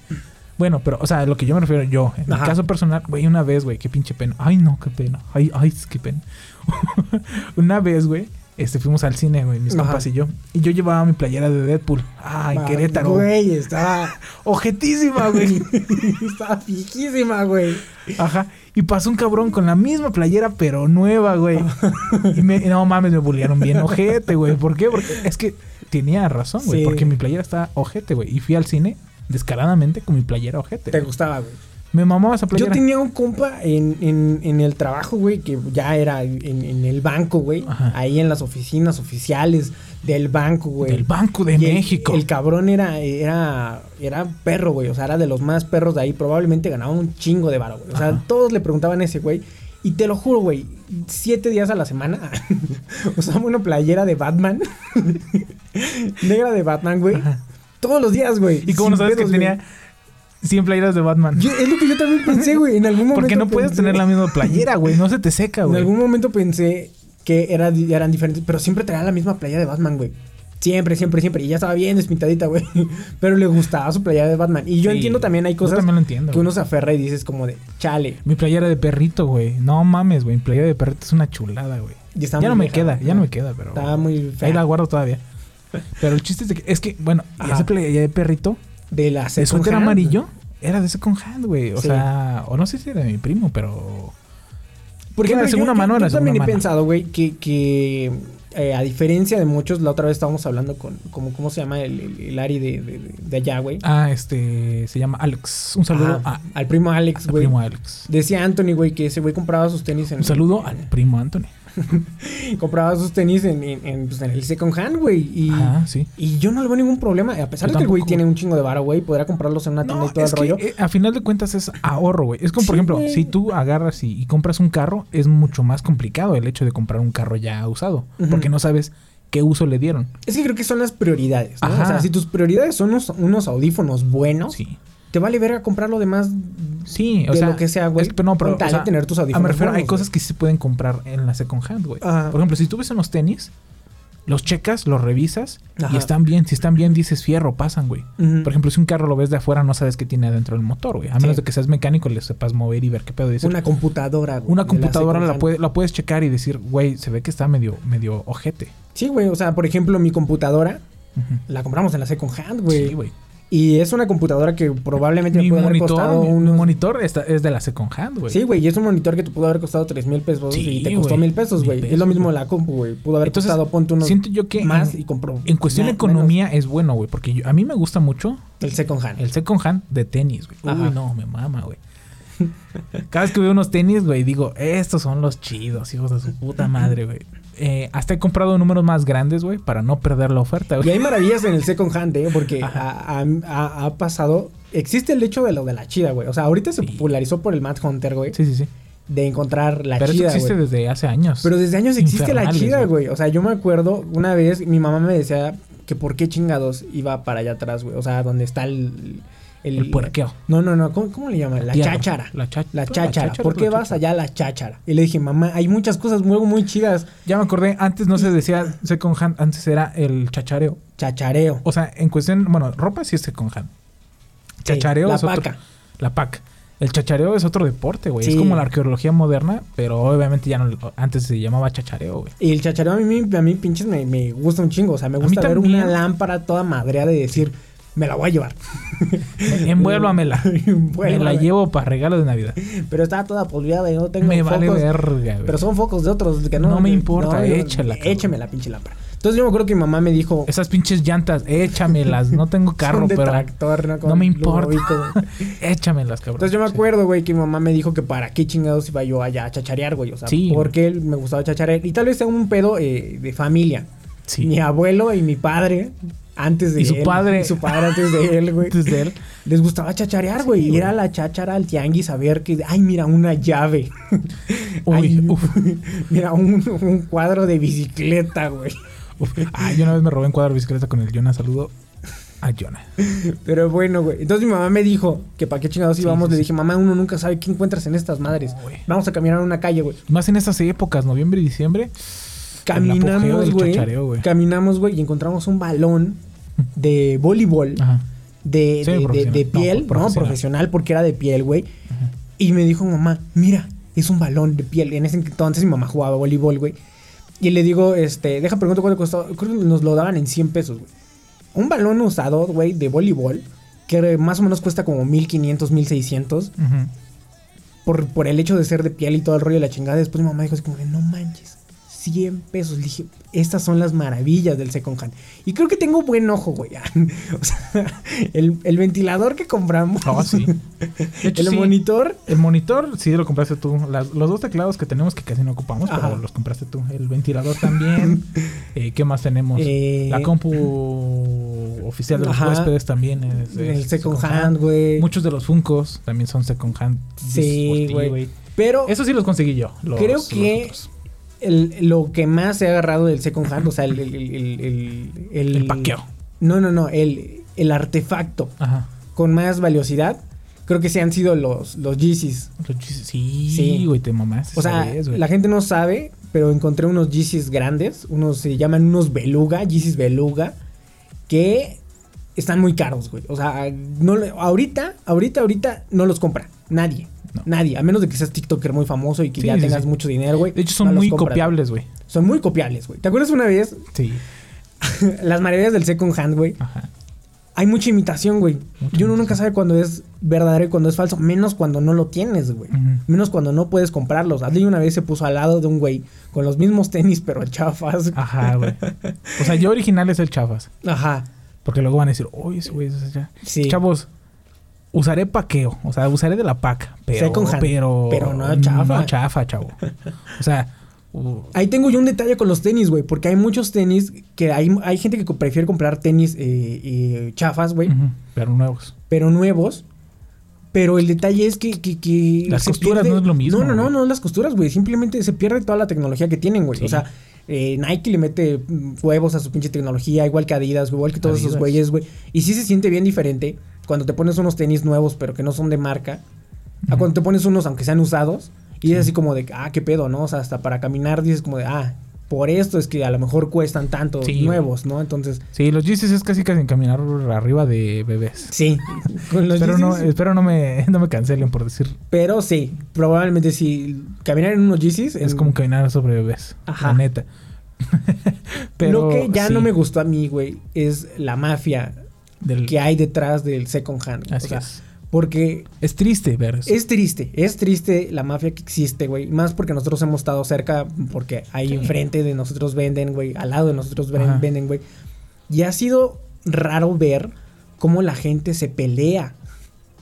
C: Bueno, pero, o sea, lo que yo me refiero, yo, en
B: Ajá.
C: mi caso personal, güey, una vez, güey, qué pinche pena. Ay, no, qué pena. Ay, ay, qué pena. una vez, güey, Este, fuimos al cine, güey, mis
B: Ajá.
C: papás y yo. Y yo llevaba mi playera de Deadpool. Ah, en
B: Ah,
C: Querétaro.
B: Güey, estaba.
C: Ojetísima, güey.
B: estaba fijísima, güey.
C: Ajá. Y pasó un cabrón con la misma playera, pero nueva, güey. Y me, no mames, me bullearon bien ojete, güey. ¿Por qué? Porque es que tenía razón, güey.
B: Sí.
C: Porque mi playera estaba ojete, güey. Y fui al cine descaradamente con mi playera
B: Te
C: ojete. güey.
B: gustaba, güey.
C: Me mamaba esa
B: Yo
C: playera.
B: tenía un compa en, en, en el trabajo, güey, que ya era en, en el banco, güey.
C: Ajá.
B: Ahí en las oficinas oficiales del banco, güey.
C: Del Banco de
B: Y el-
C: México.
B: El, cabrón era, era, era perro, güey. O sea, era de los más perros de ahí. Probablemente ganaba un chingo de varo, güey. O sea,
C: Ajá.
B: todos le preguntaban a ese güey. Y te lo juro, güey, siete días a la semana usaba una playera de Batman. negra de Batman, güey.
C: Ajá.
B: Todos los días, güey.
C: y como no
B: sin
C: sabes que
B: pedos, güey.
C: tenía 100 playeras de Batman.
B: Yo- es lo que yo también pensé, güey. En algún momento.
C: Porque no puedes
B: pensé-
C: tener la misma playera, güey. No se te seca,
B: En
C: güey.
B: algún momento pensé que era, di- eran diferentes, pero siempre traían la misma playa de Batman, güey. Siempre, siempre, siempre. Y ya estaba bien despintadita, güey. Pero le gustaba su playa de Batman. Y yo
C: Sí.
B: entiendo también, hay
C: Yo
B: cosas
C: también lo entiendo,
B: que
C: güey.
B: uno se aferra y dices como de, chale.
C: Mi playera de perrito, güey. No mames, güey. Mi playera de perrito es una chulada, güey.
B: Y está
C: Ya
B: muy
C: no me
B: vieja,
C: queda,
B: güey.
C: ya no me queda, pero.
B: Está muy fea.
C: Ahí la guardo todavía. Pero el chiste es de que, es que bueno, y
B: Ajá.
C: esa playera de perrito,
B: De la
C: el
B: second
C: suéter
B: hand.
C: amarillo, era de second hand, güey. O
B: Sí.
C: sea, o no sé si era de mi primo, pero.
B: Por
C: Era
B: ejemplo,
C: de
B: yo-
C: segunda
B: yo,
C: mano,
B: yo
C: era de
B: también
C: segunda
B: he
C: mano.
B: pensado, güey, que, que eh, a diferencia de muchos, la otra vez estábamos hablando con, como, ¿cómo se llama el, el, el Ari de, de, de- de allá, güey?
C: Ah, este. Se llama Alex. Un saludo
B: Ajá.
C: a,
B: al primo Alex,
C: al
B: güey.
C: primo Alex.
B: Decía Anthony, güey, que ese güey compraba sus tenis en...
C: Un saludo al primo Anthony.
B: compraba sus tenis en, en- en, pues, en el second hand, güey. Y,
C: Ajá, sí.
B: y yo no le veo ningún problema. A pesar
C: Yo
B: de que el güey
C: tampoco.
B: tiene un chingo de varo, güey, podrá comprarlos en una tienda
C: No,
B: y todo el
C: es que,
B: rollo.
C: eh, a final de cuentas es ahorro, güey. Es como, por
B: Sí,
C: ejemplo,
B: güey.
C: si tú agarras y, y compras un carro, es mucho más complicado el hecho de comprar un carro ya usado.
B: Ujú.
C: Porque no sabes qué uso le dieron.
B: Es que creo que son las prioridades, ¿no?
C: Ajá.
B: O sea, si tus prioridades son unos, unos audífonos buenos,
C: Sí.
B: te vale verga comprar lo demás. mm,
C: Sí, o
B: de
C: sea,
B: lo que sea, güey.
C: es que- pero no, pero,
B: Con tal
C: o sea,
B: de tener tus
C: a
B: audífonos
C: me refiero, hay
B: buenos,
C: cosas
B: güey.
C: que sí se pueden comprar en la second hand, güey.
B: Ajá.
C: Por ejemplo, si tú ves unos tenis, los checas, los revisas
B: Ajá.
C: y están bien. Si están bien, dices fierro, pasan, güey.
B: Ujú.
C: Por ejemplo, si un carro lo ves de afuera, no sabes qué tiene adentro el motor, güey. A menos
B: Sí.
C: de que seas mecánico, le sepas mover y ver qué pedo. y decir,
B: Una computadora, güey.
C: Una
B: de la
C: computadora
B: second
C: la,
B: hand.
C: puede- la puedes checar y decir, güey, se ve que está medio, medio ojete.
B: Sí, güey. O sea, por ejemplo, mi computadora
C: Ujú.
B: la compramos en la second hand, güey.
C: Sí, güey.
B: y es una computadora que probablemente me
C: Mi
B: puede haber costado
C: monitor, mi- mi
B: unos
C: monitor está- es de la second hand, güey.
B: Sí, güey, y es un monitor que te pudo haber costado 3 mil pesos
C: Sí,
B: y te costó
C: güey.
B: mil pesos,
C: Mil
B: güey. Es
C: pesos,
B: lo mismo
C: güey.
B: la compu, güey. Pudo haber
C: Entonces,
B: costado, ponte unos
C: siento yo que
B: más
C: en-
B: y compró.
C: En cuestión de
B: me-
C: economía es bueno, güey, porque yo- a mí me gusta mucho
B: menos el second hand.
C: el second hand de tenis, güey.
B: Ajá.
C: Uy, no, me mama, güey. Cada vez que veo unos tenis, güey, digo, estos son los chidos, hijos de su puta madre, güey. Eh, hasta he comprado números más grandes, güey, para no perder la oferta,
B: Y
C: güey.
B: hay maravillas en el second hand, ¿eh? Porque
C: Ajá.
B: ha, ha- ha- ha pasado. Existe el hecho de lo de la chida, güey. O sea, ahorita se
C: Sí.
B: popularizó por el Mad Hunter, güey.
C: Sí, sí, sí.
B: De encontrar la
C: Pero eso
B: chida.
C: existe
B: güey.
C: desde hace años.
B: Pero desde años existe la
C: infernales,
B: chida,
C: güey.
B: güey. O sea, yo me acuerdo una vez, mi mamá me decía que por qué chingados iba para allá atrás, güey. O sea, donde está el.
C: El puerqueo.
B: No, no, no. ¿Cómo, cómo le llaman? La
C: Tierra.
B: cháchara.
C: La, cha-
B: La
C: la
B: cháchara. ¿Por
C: la
B: qué vas
C: cháchara.
B: allá a la cháchara? Y le dije, mamá, hay muchas cosas luego muy chidas.
C: Ya me acordé, antes no se decía second hand, antes era el chachareo.
B: Chachareo.
C: O sea, en cuestión, bueno, ropa sí es second hand. Chachareo
B: Sí, la
C: es otro-
B: paca.
C: La paca. El chachareo es otro deporte, güey. Es
B: Sí.
C: como la arqueología moderna, pero obviamente ya no. Antes se llamaba chachareo, güey.
B: Y el chachareo a mí, a mí pinches, me, me gusta un chingo. O sea, me
C: A mí
B: gusta ver
C: también.
B: una lámpara toda madreada y decir, me la voy a llevar.
C: Envuélvamela. Me la
B: Envuélvame.
C: llevo para regalo de Navidad.
B: Pero está toda polviada y no tengo
C: me
B: focos.
C: vale verga, güey.
B: Pero son focos de otros que no.
C: No me
B: que-
C: importa,
B: yo-
C: échala, cabrón.
B: Écheme la pinche lámpara. Entonces yo me acuerdo que mi mamá me dijo.
C: Esas pinches llantas, échamelas. No tengo carro,
B: "Son de
C: pero.
B: tractor, ¿no? Con
C: No me importa.
B: lubrito, güey".
C: échamelas, cabrón.
B: Entonces yo me
C: Sí.
B: acuerdo, güey, que mi mamá me dijo que para qué chingados iba yo allá a chacharear, güey. O sea,
C: Sí,
B: porque me gustaba chacharear. Y tal vez sea un pedo eh, de familia.
C: Sí.
B: Mi abuelo y mi padre, antes de
C: Y su
B: él,
C: padre.
B: Y su padre antes de él, güey.
C: Antes de él.
B: Les gustaba chacharear, güey.
C: güey.
B: ir a la cháchara al tianguis a ver que, ay, mira, una llave.
C: Uy,
B: Ay,
C: uf.
B: Mira, un, un cuadro de bicicleta, güey.
C: Uf. Ay, yo una vez me robé un cuadro de bicicleta con el Jonah. Saludo a Jonah.
B: Pero bueno, güey. Entonces mi mamá me dijo que para qué chingados íbamos.
C: sí,
B: Le
C: sí.
B: dije, mamá, uno nunca sabe qué encuentras en estas madres.
C: No, güey.
B: Vamos a caminar a una calle, güey.
C: Más en estas épocas, noviembre y diciembre. El apogeo
B: Caminamos,
C: del chachareo,
B: güey.
C: güey.
B: Caminamos, güey, y encontramos un balón de voleibol
C: Ajá.
B: de,
C: Sí,
B: de- de-
C: profesional.
B: de
C: No,
B: piel, no,
C: profesional.
B: profesional, porque era de piel, güey. Y me dijo mamá, mira, es un balón de piel. En ese entonces mi mamá jugaba voleibol, güey. Y le digo, este, deja pregunto cuánto costó. Creo que nos lo daban en 100 pesos, güey. Un balón usado, güey, de voleibol, que más o menos cuesta como 1500, 1600,
C: Ujú.
B: por, por el hecho de ser de piel y todo el rollo de la chingada. Después mi mamá dijo, así como que no manches, 100 pesos. Le dije, estas son las maravillas del second hand. Y creo que tengo buen ojo, güey. o sea, el, el ventilador que compramos,
C: Ah, sí. De hecho,
B: el
C: sí,
B: monitor,
C: El monitor sí lo compraste tú. Las- los dos teclados que tenemos que casi no ocupamos,
B: Ajá.
C: pero los compraste tú. El ventilador también. Eh, ¿Qué más tenemos?
B: Eh,
C: la compu oficial de los
B: ajá.
C: huéspedes también. es- es
B: el second hand, güey.
C: Muchos de los Funcos también son second hand.
B: Sí,
C: dispositivo.
B: güey. Pero
C: Eso sí los conseguí yo. los-
B: Creo
C: los
B: que-
C: otros.
B: el- lo que más he agarrado del second hand, o sea, el... El, el, el, el- el-
C: El paqueo.
B: No, no, no, el, el artefacto
C: Ajá.
B: con más valiosidad, creo que sí han sido los, los Yeezys.
C: Los Yeezys, Sí,
B: Sí.
C: güey, te mamaste.
B: O sea,
C: esa vez, Este güey.
B: la gente no sabe, pero encontré unos Yeezys grandes, unos se llaman unos Beluga, Yeezys Beluga, que están muy caros, güey. O sea, no, le- ahorita, ahorita, ahorita no los compra nadie.
C: No.
B: Nadie, a menos de que seas TikToker muy famoso y que
C: Sí,
B: ya
C: sí,
B: tengas
C: sí.
B: mucho dinero, güey.
C: De hecho, son
B: no los
C: muy
B: compras.
C: copiables, güey.
B: Son muy copiables, güey. ¿Te acuerdas una vez
C: Sí.
B: las maravillas del second hand, güey?
C: Ajá.
B: Hay mucha imitación, güey.
C: Mucha
B: Y uno
C: imitación.
B: nunca sabe cuándo es verdadero y cuándo es falso, menos cuando no lo tienes, güey.
C: Ujú.
B: Menos cuando no puedes comprarlos. Adley una vez se puso al lado de un güey con los mismos tenis, pero chafas.
C: Ajá, güey. O sea, yo original es el Chavas.
B: Ajá.
C: Porque luego van a decir, oye, ese güey, es ya.
B: Sí.
C: Chavos, usaré paqueo. O sea, usaré de la pack. Pero,
B: Second hand,
C: pero,
B: pero no chafa.
C: No chafa, chavo. O sea, u-
B: Ahí tengo yo un detalle con los tenis, güey, porque hay muchos tenis que hay, hay gente que co- prefiere comprar tenis eh, eh, chafas, güey,
C: ujú, pero nuevos.
B: pero nuevos. Pero el detalle es que... que- que
C: Las
B: se
C: costuras no es lo mismo,
B: No, no, no,
C: güey.
B: no las costuras, güey. Simplemente se pierde toda la tecnología que tienen, güey.
C: Sí.
B: O sea, eh, Nike le mete mm, huevos a su pinche tecnología, igual que Adidas, güey, igual que todos esos
C: Adidas.
B: güeyes, güey. Y sí se siente bien diferente cuando te pones unos tenis nuevos, pero que no son de marca, a cuando te pones unos, aunque sean usados, y es así como de, ah, qué pedo, ¿no? O sea, hasta para caminar dices como de, ah, por esto es que a lo mejor cuestan tanto
C: Sí, güey.
B: nuevos, ¿no? Entonces,
C: Sí, los Yeezys es casi casi caminar arriba de bebés.
B: sí. con los
C: Espero no,
B: Yeezys,
C: espero no me, no me cancelen por decir.
B: Pero sí, probablemente sí. Caminar en unos Yeezys
C: Es
B: en-
C: como caminar sobre bebés. La
B: Mm. Ajá.
C: neta.
B: lo que ya
C: sí,
B: no me gustó a mí, güey, es la mafia
C: del-
B: que hay detrás del second hand.
C: Así
B: o sea,
C: es.
B: Porque
C: Es triste ver eso.
B: es triste, es triste la mafia que existe, güey. Más porque nosotros hemos estado cerca, porque ahí
C: Sí.
B: enfrente de nosotros venden, güey. Al lado de nosotros ven-
C: Ajá.
B: venden, güey. Y ha sido raro ver cómo la gente se pelea.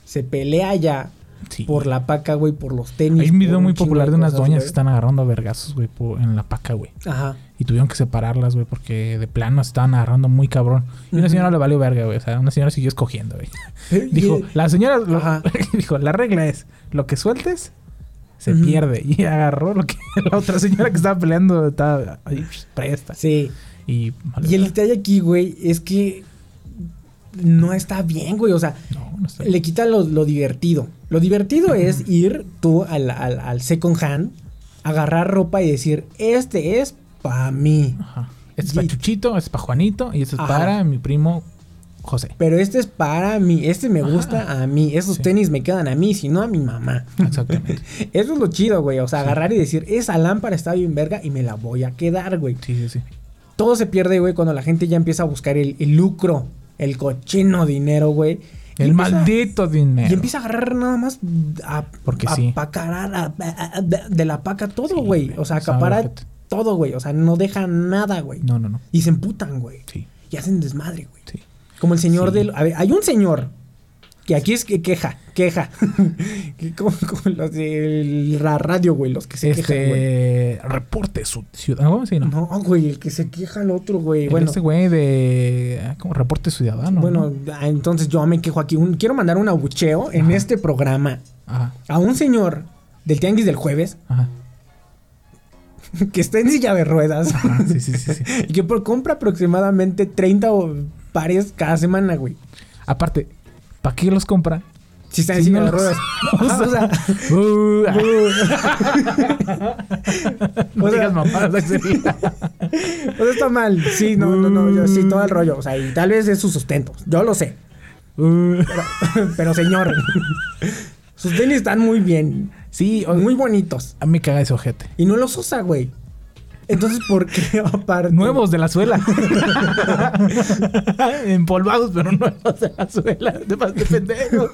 B: Se pelea ya
C: Sí.
B: por la paca, güey, por los tenis.
C: Hay un video
B: por
C: muy
B: chingo
C: popular de unas
B: cosas,
C: doñas
B: güey.
C: que están agarrando a vergazos, güey, po- en la paca, güey.
B: Ajá.
C: Y tuvieron que separarlas, güey, porque de plano estaban agarrando muy cabrón. Y una
B: Ujú.
C: señora le valió verga, güey. O sea, una señora siguió escogiendo, güey. Dijo,
B: Y-
C: la señora lo-
B: Ajá.
C: dijo, la regla es, lo que sueltes se
B: Ujú.
C: pierde. Y agarró lo que la otra señora que estaba peleando estaba ahí, psh, presta.
B: Sí.
C: Y, vale,
B: Y el
C: verga.
B: detalle aquí, güey, es que no está bien, güey. O sea,
C: No, no está.
B: le quita lo, lo divertido. Lo divertido es ir tú al, al- al second hand, agarrar ropa y decir, este es para mí.
C: Ajá. Este es para
B: Y-
C: Chuchito, este es para Juanito y este es
B: Ajá.
C: para mi primo José.
B: Pero este es para mí, este me gusta a mí, esos
C: Sí.
B: tenis me quedan a mí, si no a mi mamá.
C: Exactamente.
B: Eso es lo chido, güey. O sea, agarrar y decir, esa lámpara está bien verga y me la voy a quedar, güey.
C: Sí, sí, sí.
B: Todo se pierde, güey, cuando la gente ya empieza a buscar el, el lucro, el cochino dinero, güey. Y
C: El
B: empieza-
C: maldito dinero.
B: Y empieza a agarrar nada más a,
C: Porque
B: a
C: sí.
B: pacarar, a- a- a- de, de la paca todo,
C: Sí,
B: güey.
C: güey.
B: o sea,
C: Sabe,
B: acapara
C: ojete.
B: todo, güey. O sea, no deja nada, güey.
C: No, no, no.
B: Y se emputan, güey.
C: Sí,
B: Y hacen desmadre, güey.
C: sí.
B: Como el señor
C: Sí.
B: del... A ver, hay un señor que aquí es que queja, queja. Que como, como los de la radio, güey, los que se quejan, güey.
C: este reporte su ciudadano. ah, Sí, no.
B: No, güey, el que se queja al otro, güey.
C: El
B: Bueno,
C: Este güey de. ah, Como reporte ciudadano.
B: bueno
C: ¿no?
B: ah, entonces yo me quejo aquí. Un- quiero mandar un abucheo en
C: Ajá.
B: este programa
C: Ajá,
B: a un señor del Tianguis del Jueves
C: ajá.
B: que está en silla de ruedas
C: Ajá, sí, sí, sí, sí.
B: y que por- compra aproximadamente 30 o pares cada semana, güey.
C: Aparte, ¿para qué los compra?
B: Si está en
C: Sí,
B: silla
C: no
B: de
C: los-
B: ruedas. Ajá, o sea,
C: Uh, ah, no
B: o sea-
C: digas mamadas, Axel.
B: o sea, está mal. Sí, no, no, no, yo- sí, todo el rollo. O sea, y tal vez es su sustento. Yo lo sé.
C: Uh,
B: Pero señor, sus tenis están muy bien,
C: sí, o-
B: muy bonitos.
C: a mí me caga ese ojete.
B: Y no los usa, güey. Entonces, ¿por qué aparte?
C: Nuevos de la suela. Empolvados, pero nuevos de la suela. De más de pendejo.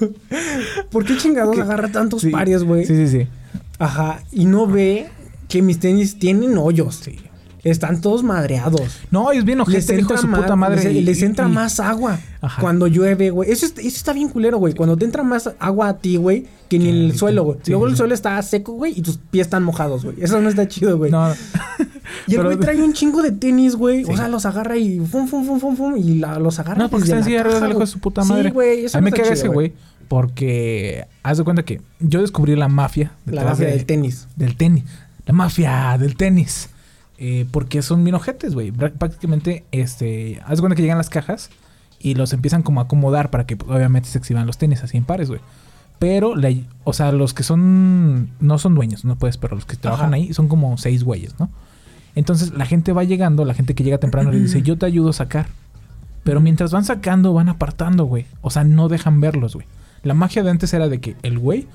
B: ¿Por qué chingados agarra tantos
C: Sí.
B: pares, güey?
C: Sí, sí, sí.
B: Ajá. Y no ve que mis tenis tienen hoyos.
C: Sí.
B: Están todos madreados.
C: No, ellos bien
B: Les
C: ojete, hijo
B: entra,
C: de su
B: ma-
C: puta madre.
B: les,
C: y-
B: les
C: y-
B: entra
C: y-
B: más agua
C: Ajá.
B: cuando llueve, güey. Eso, es- eso está bien culero, güey. Cuando te entra más agua a ti, güey, que en el
C: Sí,
B: suelo, güey.
C: sí,
B: Luego el
C: sí.
B: suelo está seco, güey, y tus pies están mojados, güey. Eso no está chido, güey.
C: No,
B: y el
C: pero-
B: güey trae un chingo de tenis, güey. O
C: Sí.
B: sea, los agarra y fum, fum, fum, fum, fum, y la- los agarra.
C: No, porque
B: desde
C: está en
B: la
C: silla de ruedas
B: caja,
C: el hijo de
B: güey.
C: su puta madre.
B: Sí, güey. Eso
C: A mí me
B: no está
C: caga
B: chido,
C: ese güey porque haz de cuenta que yo descubrí la mafia
B: La
C: detrás
B: base
C: de-
B: del tenis.
C: del tenis. La mafia del tenis. Eh, porque son bien ojetes, güey. Prá- Prácticamente, este, haz de cuenta que llegan las cajas y los empiezan como a acomodar para que pues, obviamente se exhiban los tenis así en pares, güey. Pero, la- o sea, los que son, no son dueños, no puedes, pero los que trabajan
B: Ajá.
C: ahí son como seis güeyes, ¿no? Entonces la gente va llegando, la gente que llega temprano le dice, yo te ayudo a sacar. Pero mientras van sacando, van apartando, güey. O sea, no dejan verlos, güey. La magia de antes era de que el güey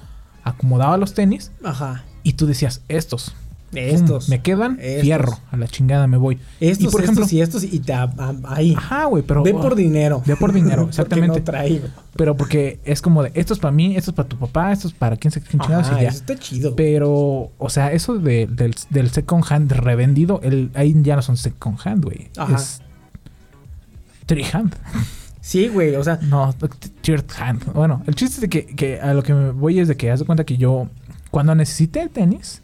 C: acomodaba los tenis
B: Ajá.
C: y tú decías, estos. pum,
B: Estos.
C: me quedan,
B: Estos.
C: fierro. A la chingada me voy.
B: Estos,
C: y por
B: estos
C: ejemplo,
B: y estos y te, a- a- ahí.
C: Ajá, güey, pero. oh,
B: Ve por dinero.
C: Ve por dinero,
B: Porque
C: exactamente.
B: no trae, güey.
C: Pero porque es como de, esto es para mí, esto es para tu papá, esto es para quién se quién chingados
B: Ajá,
C: y ya.
B: eso está chido. güey.
C: Pero, o sea, eso de- del, del second hand revendido, el, ahí ya no son second hand, güey.
B: Ajá.
C: Es three hand.
B: Sí, güey. O sea,
C: No, third hand. Bueno, el chiste es de que, que a lo que me voy es de que haz de cuenta que yo, cuando necesité el tenis,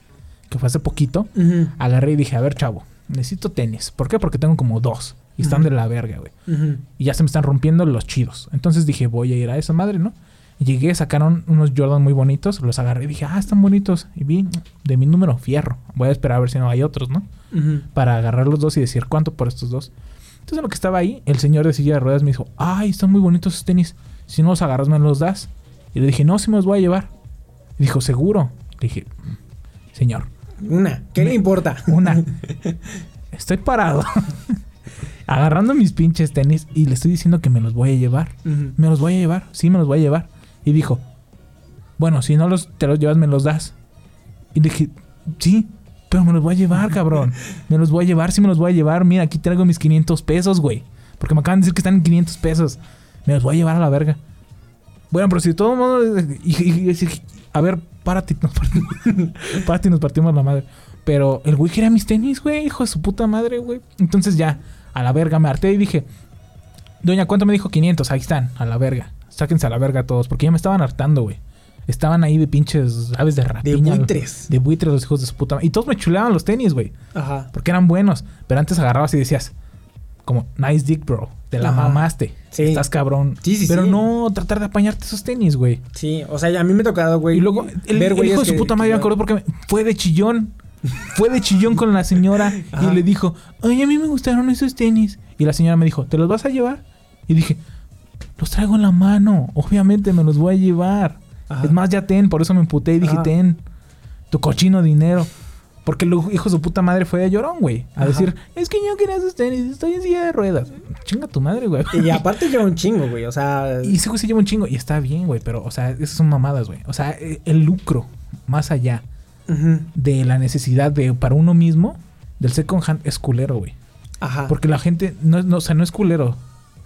C: que fue hace poquito,
B: ujú,
C: agarré y dije, a ver, chavo, necesito tenis. ¿Por qué? Porque tengo como dos. Y están
B: Ujú.
C: de la verga, güey.
B: ujú.
C: Y ya se me están rompiendo los chidos. Entonces dije, voy a ir a esa madre, ¿no? Llegué, sacaron unos Jordan muy bonitos, los agarré y dije, ah, están bonitos. Y vi de mi número fierro. Voy a esperar a ver si no hay otros, ¿no?
B: Ujú.
C: Para agarrar los dos y decir cuánto por estos dos. Entonces, en lo que estaba ahí, el señor de silla de ruedas me dijo, ay, están muy bonitos esos tenis. Si no los agarras, me los das. Y le dije, no, si me los voy a llevar. Y dijo, seguro. Le dije, "Mm, señor,
B: Una. ¿Qué
C: Me-
B: le importa?
C: una. Estoy parado. agarrando mis pinches tenis y le estoy diciendo que me los voy a llevar.
B: Ujú.
C: Me los voy a llevar. Sí, me los voy a llevar. Y dijo, bueno, si no los, te los llevas, me los das. Y le dije, sí, pero me los voy a llevar, cabrón. Me los voy a llevar, sí me los voy a llevar. Mira, aquí traigo mis 500 pesos, güey. Porque me acaban de decir que están en 500 pesos. Me los voy a llevar a la verga. Bueno, pero si de todo modo... y- y- y- a ver, párate, nos partimos, párate, nos partimos la madre. Pero el güey quería mis tenis, güey, hijo de su puta madre, güey. Entonces ya, a la verga me harté y dije, Doña, ¿cuánto me dijo? 500, ahí están, a la verga. Sáquense a la verga todos, porque ya me estaban hartando, güey. Estaban ahí de pinches aves de
B: De
C: rapiña.
B: buitres.
C: De buitres los hijos de su puta madre. Y todos me chuleaban los tenis, güey.
B: Ajá.
C: Porque eran buenos. Pero antes agarrabas y decías, como, nice dick, bro. Te la
B: Ajá.
C: mamaste.
B: Sí.
C: Estás cabrón.
B: Sí, sí,
C: Pero
B: sí.
C: no tratar de apañarte esos tenis, güey.
B: Sí, o sea, a mí me ha tocado, güey.
C: Y luego, el, el
B: güeyes
C: hijo de su
B: que-
C: puta madre
B: que-
C: me acordó porque me- fue de chillón. Fue de chillón con la señora
B: Ajá.
C: y le dijo, ay, a mí me gustaron esos tenis. Y la señora me dijo, ¿te los vas a llevar? Y dije, los traigo en la mano. Obviamente me los voy a llevar.
B: Ajá.
C: Es más, ya ten. Por eso me emputé y dije,
B: Ajá.
C: ten. Tu cochino dinero. Porque el hijo de su puta madre fue de llorón, güey. A
B: Ajá.
C: decir, es que yo quería esos tenis, estoy en silla de ruedas. Chinga tu madre, güey.
B: Y aparte lleva un chingo, güey. O sea,
C: Y ese güey se lleva un chingo. Y está bien, güey. Pero, o sea, esas son mamadas, güey. O sea, e- el lucro, más allá
B: ujú,
C: de la necesidad de para uno mismo, del second hand es culero, güey.
B: ajá.
C: Porque la gente, no, es- no, o sea, no es culero,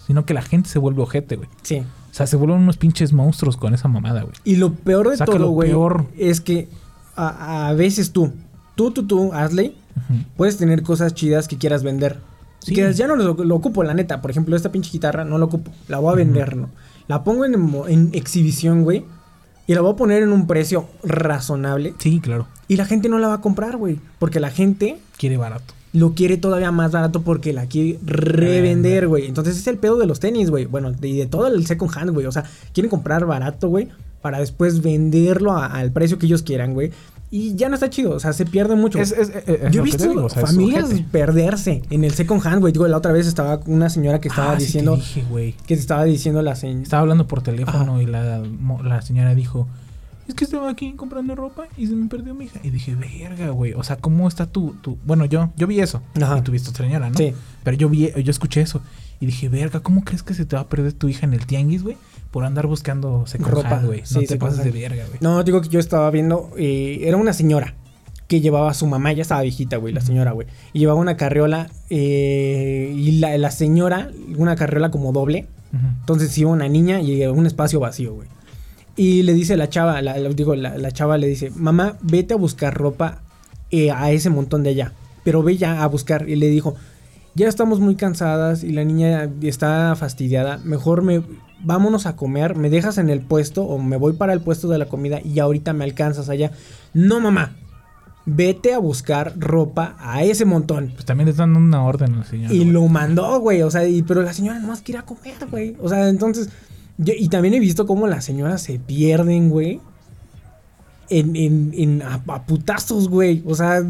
C: sino que la gente se vuelve ojete, güey.
B: Sí.
C: O sea, se vuelven unos pinches monstruos con esa mamada, güey.
B: Y lo peor de
C: Saca
B: todo,
C: lo
B: güey,
C: peor.
B: es que a, a veces tú, tú, tú, tú, Ashley,
C: Ujú.
B: puedes tener cosas chidas que quieras vender.
C: Sí.
B: Y que dices, ya no lo, lo ocupo, la neta. Por ejemplo, esta pinche guitarra no la ocupo. La voy a vender, ¿no? La pongo en, mo- en exhibición, güey. Y la voy a poner en un precio razonable.
C: Sí, claro.
B: Y la gente no la va a comprar, güey. Porque la gente
C: Quiere barato.
B: lo quiere todavía más barato porque la quiere revender, güey. Entonces es el pedo de los tenis, güey. Bueno, de- y de, todo el second hand, güey. O sea, quieren comprar barato, güey, para después venderlo a- al precio que ellos quieran, güey. Y ya no está chido, o sea, se pierde mucho.
C: Es- es- es- es
B: Yo
C: lo
B: he
C: que
B: visto
C: te digo, o sea, es
B: familias
C: ojete.
B: perderse en el second hand, güey. Digo, la otra vez estaba una señora que estaba
C: Ah, sí te
B: diciendo,
C: dije, güey.
B: que te estaba diciendo la señora.
C: Estaba hablando por teléfono
B: Ajá.
C: y la, mo- la señora dijo, es que estaba aquí comprando ropa y se me perdió mi hija. Y dije, verga, güey. O sea, ¿cómo está tu, tu... Bueno, yo, yo vi eso.
B: Ajá.
C: Y tuviste otra señora, ¿no?
B: Sí.
C: Pero yo vi, yo escuché eso. Y dije, verga, ¿cómo crees que se te va a perder tu hija en el tianguis, güey? Por andar buscando second
B: Ropa,
C: hand, güey.
B: sí,
C: no te
B: second
C: pases de
B: hand.
C: verga, güey.
B: No, digo que yo estaba viendo, eh, era una señora que llevaba su mamá, ya estaba viejita, güey, la señora, güey. Y llevaba una carriola eh, y la, la señora, una carriola como doble.
C: Ujú.
B: Entonces iba una niña y un espacio vacío, güey. Y le dice la chava, la, la- digo, la, la chava le dice, mamá, vete a buscar ropa eh, a ese montón de allá. Pero ve ya a buscar. Y le dijo, ya estamos muy cansadas y la niña está fastidiada. Mejor me vámonos a comer, me dejas en el puesto o me voy para el puesto de la comida y ahorita me alcanzas allá. No, mamá. Vete a buscar ropa a ese montón.
C: Pues también le están dando una orden al señor.
B: Y
C: güey.
B: lo mandó, güey. O sea, y- pero la señora nomás quiere ir a comer, güey. O sea, entonces. yo- y también he visto cómo las señoras se pierden, güey. En, en, en a, a putazos, güey. O sea,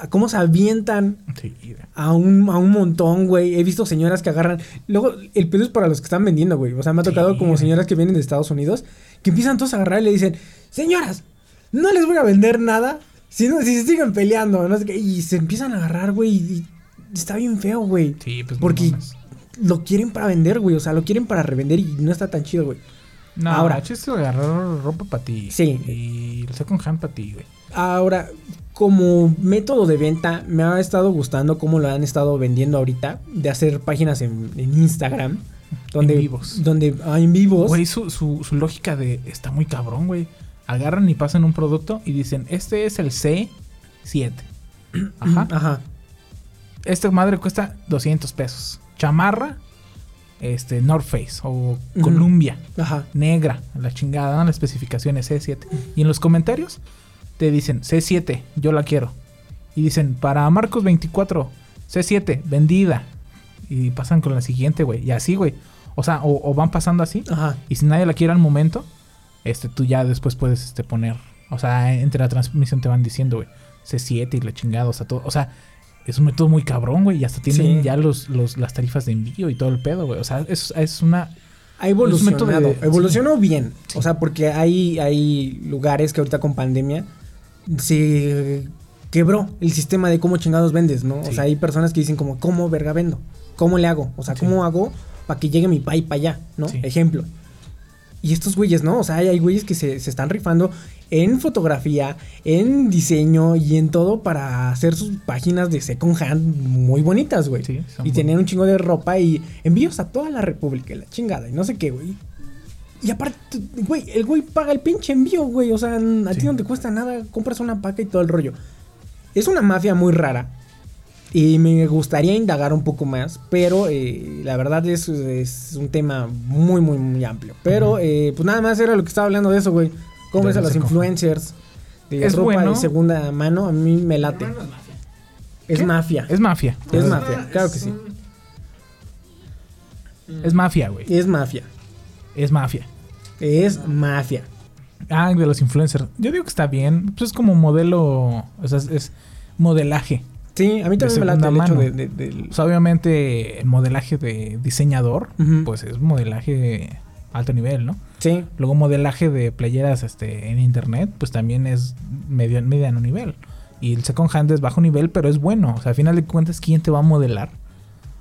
B: a cómo se avientan
C: Sí, güey.
B: a un, a un montón, güey. He visto señoras que agarran. Luego, el pedo es para los que están vendiendo, güey. O sea, me ha tocado
C: Sí,
B: como
C: güey.
B: señoras que vienen de Estados Unidos que empiezan todos a agarrar y le dicen: Señoras, no les voy a vender nada si, no, si se siguen peleando. No sé qué. Y se empiezan a agarrar, güey. Y y está bien feo, güey.
C: Sí, pues no
B: Porque
C: mames.
B: lo quieren para vender, güey. O sea, lo quieren para revender y no está tan chido, güey.
C: No,
B: Ahora.
C: ahora. El chiste es agarrar ropa para ti.
B: Sí.
C: Y el second hand para ti, güey.
B: Ahora, como método de venta, me ha estado gustando cómo lo han estado vendiendo ahorita, de hacer páginas en, en Instagram. Donde,
C: En vivos.
B: Donde, ah, en vivos.
C: Güey, su, su, su lógica de está muy cabrón, güey. Agarran y pasan un producto y dicen, este es el C7. Ajá.
B: Ajá.
C: Esta madre cuesta 200 pesos. Chamarra, este, North Face o Columbia,
B: Ajá.
C: negra, la chingada, dan las especificaciones C7. Y en los comentarios te dicen, C7, yo la quiero. Y dicen, para Marcos 24, C7, vendida. Y pasan con la siguiente, güey. Y así, güey. O sea, o, o van pasando así.
B: Ajá.
C: Y si nadie la quiere al momento, este, tú ya después puedes este, poner. O sea, entre la transmisión te van diciendo, güey, C7 y la chingada, o sea, todo. O sea, es un método muy cabrón, güey. Y hasta tienen
B: Sí.
C: ya los, los, las tarifas de envío y todo el pedo, güey. O sea, es, es una.
B: Ha evolucionado.
C: Es un método de-
B: Evolucionó bien.
C: Sí.
B: O sea, porque hay, hay lugares que ahorita con pandemia se quebró el sistema de cómo chingados vendes, ¿no? O
C: Sí.
B: sea, hay personas que dicen como, ¿cómo verga vendo? ¿Cómo le hago? O sea,
C: Sí.
B: ¿cómo hago para que llegue mi pay para allá? ¿No?
C: Sí.
B: Ejemplo. Y estos güeyes, ¿no? O sea, hay, hay güeyes que se, se están rifando en fotografía, en diseño y en todo para hacer sus páginas de second hand muy bonitas, güey.
C: Sí, son
B: y
C: bonitas.
B: tener un chingo de ropa y envíos a toda la república, y la chingada, y no sé qué, güey. Y aparte, güey, el güey paga el pinche envío, güey. O sea, a ti
C: Sí.
B: no te cuesta nada, compras una paca y todo el rollo. Es una mafia muy rara. Y me gustaría indagar un poco más, pero eh, la verdad es, es un tema muy, muy, muy amplio. Pero,
C: Ujú.
B: eh, pues nada más era lo que estaba hablando de eso, güey. ¿Cómo
C: De
B: ves a
C: ese
B: los
C: conjunto.
B: influencers? De
C: Es
B: ropa
C: bueno.
B: de segunda mano, a mí me late.
D: Hermano, es mafia.
B: Es
C: ¿Qué?
B: mafia.
C: Es mafia.
B: Es
C: Es,
B: ma- mafia, claro que sí.
D: un-
C: es mafia, güey.
B: Es mafia.
C: Es mafia.
B: Es mafia.
C: Ah, de los influencers. Yo digo que está bien. Pues es como modelo. O sea, es, es modelaje.
B: Sí, a mí
C: De
B: también me late
C: segunda
B: el hecho
C: mano.
B: de, de- del-
C: O sea, obviamente, el modelaje de diseñador,
B: Ujú.
C: pues es modelaje de alto nivel, ¿no?
B: Sí,
C: Luego modelaje de playeras este, en internet, pues también es medio, mediano nivel. Y el second hand es bajo nivel, pero es bueno. O sea, al final de cuentas, ¿quién te va a modelar?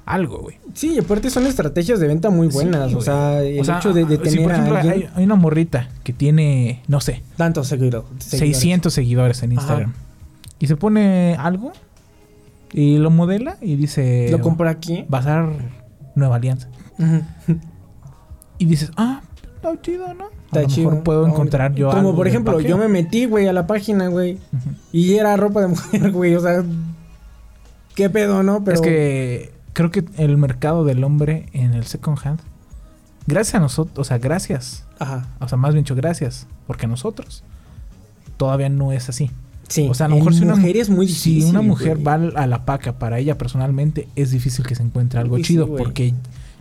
C: Algo, güey.
B: sí, y aparte son estrategias de venta muy buenas.
C: Sí,
B: o
C: güey.
B: sea, el
C: O sea,
B: hecho de, de
C: si,
B: tener
C: por ejemplo,
B: a alguien
C: Hay, hay una morrita que tiene, no sé,
B: tantos seguido- seguidores.
C: 600 seguidores en
B: Ajá.
C: Instagram. Y se pone algo y lo modela y dice...
B: Lo compro aquí.
C: Bazar Nueva Alianza.
B: Ujú.
C: y dices, ah, está chido, ¿no?
B: Está
C: a lo mejor
B: chido.
C: puedo
B: No,
C: encontrar yo
B: Como
C: algo
B: por
C: del
B: ejemplo,
C: paquete.
B: yo me metí, güey, a la página, güey.
C: Ujú.
B: Y era ropa de mujer, güey. O sea, qué pedo, ¿no? Pero
C: Es que creo que el mercado del hombre en el second hand, gracias a nosotros, o sea, gracias,
B: Ajá.
C: o sea, más bien dicho, gracias, porque nosotros todavía no es así.
B: Sí.
C: O sea, a lo
B: en
C: mejor si una,
B: mujer es muy
C: si
B: difícil.
C: una mujer
B: güey.
C: va al- a la paca para ella personalmente, es difícil que se encuentre algo
B: Sí, sí,
C: chido,
B: güey.
C: porque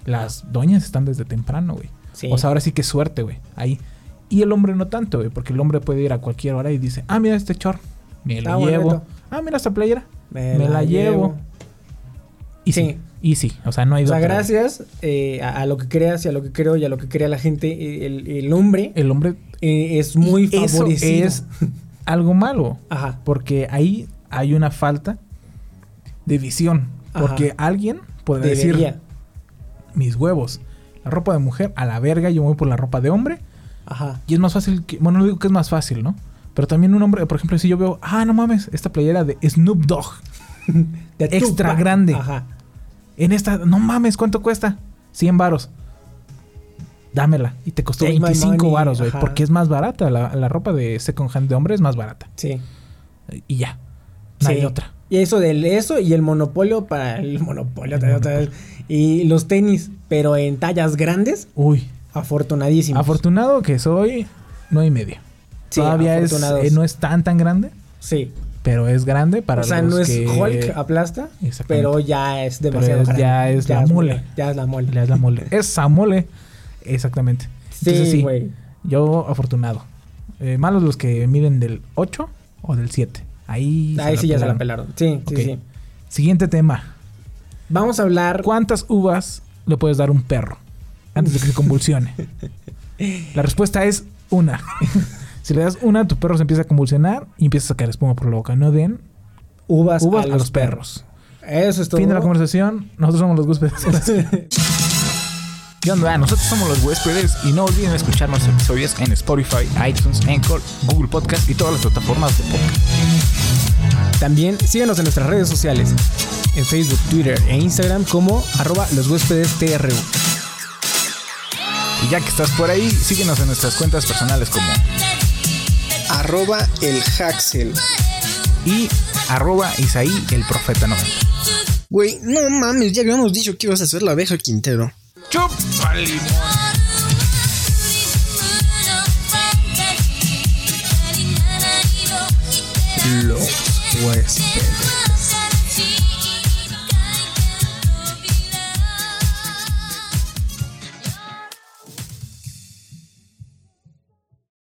C: las doñas están desde temprano, güey.
B: Sí.
C: O sea, ahora sí que suerte, güey. Ahí. Y el hombre no tanto, güey, porque el hombre puede ir a cualquier hora y dice, ah, mira este chor, me
B: Está
C: lo
B: bonito.
C: llevo. Ah, mira esta playera. me la llevo. Y sí.
B: Sí.
C: Y sí, o sea, no hay
B: O sea,
C: otra, güey.
B: gracias eh, a, a lo que creas y a lo que creo y a lo que crea la gente, eh, el, el hombre
C: El hombre
B: eh, es muy
C: Y eso
B: favorecido.
C: es algo malo,
B: Ajá.
C: porque ahí hay una falta de visión.
B: Ajá.
C: Porque alguien puede
B: Debería.
C: decir, mis huevos, la ropa de mujer, a la verga, yo me voy por la ropa de hombre.
B: Ajá.
C: Y es más fácil que, bueno, no digo que es más fácil, ¿no? Pero también un hombre, por ejemplo, si yo veo, ah, no mames, esta playera de Snoop Dogg.
B: De
C: Extra
B: Tupac.
C: grande.
B: Ajá.
C: En esta, no mames, ¿cuánto cuesta? 100 varos. Dámela. Y te costó
B: Take my
C: 25
B: money,
C: varos, güey.
B: ajá.
C: Porque es más barata. La, la ropa de second hand de hombre es más barata.
B: Sí.
C: Y ya. No Pues hay
B: Sí.
C: otra.
B: Y eso del eso y el monopolio para el monopolio, otra vez, otra vez. y los tenis, pero en tallas grandes,
C: Uy.
B: afortunadísimos.
C: Afortunado que soy, no y medio.
B: Sí,
C: Todavía es,
B: afortunados.
C: eh, no es tan tan grande,
B: sí.
C: pero es grande para
B: O sea,
C: los
B: no es
C: que-
B: Hulk aplasta,
C: Exactamente.
B: pero ya es
C: Pero
B: demasiado
C: es-
B: grande.
C: ya es la mole.
B: Ya es la mole.
C: Le das la mole. Esa mole. Exactamente. Entonces,
B: Sí, güey.
C: Yo afortunado. Eh, malos los que miden del 8 o del 7. Ahí, se
B: Ahí sí ya se la
C: pelaron.
B: pelaron. Sí,
C: Ok.
B: sí, sí.
C: Siguiente tema.
B: Vamos a hablar.
C: ¿Cuántas uvas le puedes dar a un perro antes de que se convulsione? La respuesta es una. si le das una, tu perro se empieza a convulsionar y empieza a sacar espuma por la boca. No den
B: Uvas,
C: uvas a los perros.
B: Eso es todo.
C: Fin de la conversación. Nosotros somos los huéspedes.
D: ¿Qué onda? Nosotros somos los huéspedes y no olviden escuchar nuestros episodios en Spotify, iTunes, Anchor, Google Podcast y todas las plataformas de podcast.
B: También síganos en nuestras redes sociales. En Facebook, Twitter e Instagram como arroba los huéspedes TRU.
D: Y ya que estás por ahí, síguenos en nuestras cuentas personales como
E: arroba el Haxel.
D: y arroba Isaí el Profeta 90.
E: Güey, no mames, ya habíamos dicho que ibas a hacer la abeja Quintero.
D: ¡Chupa limón!
E: Los huéspedes.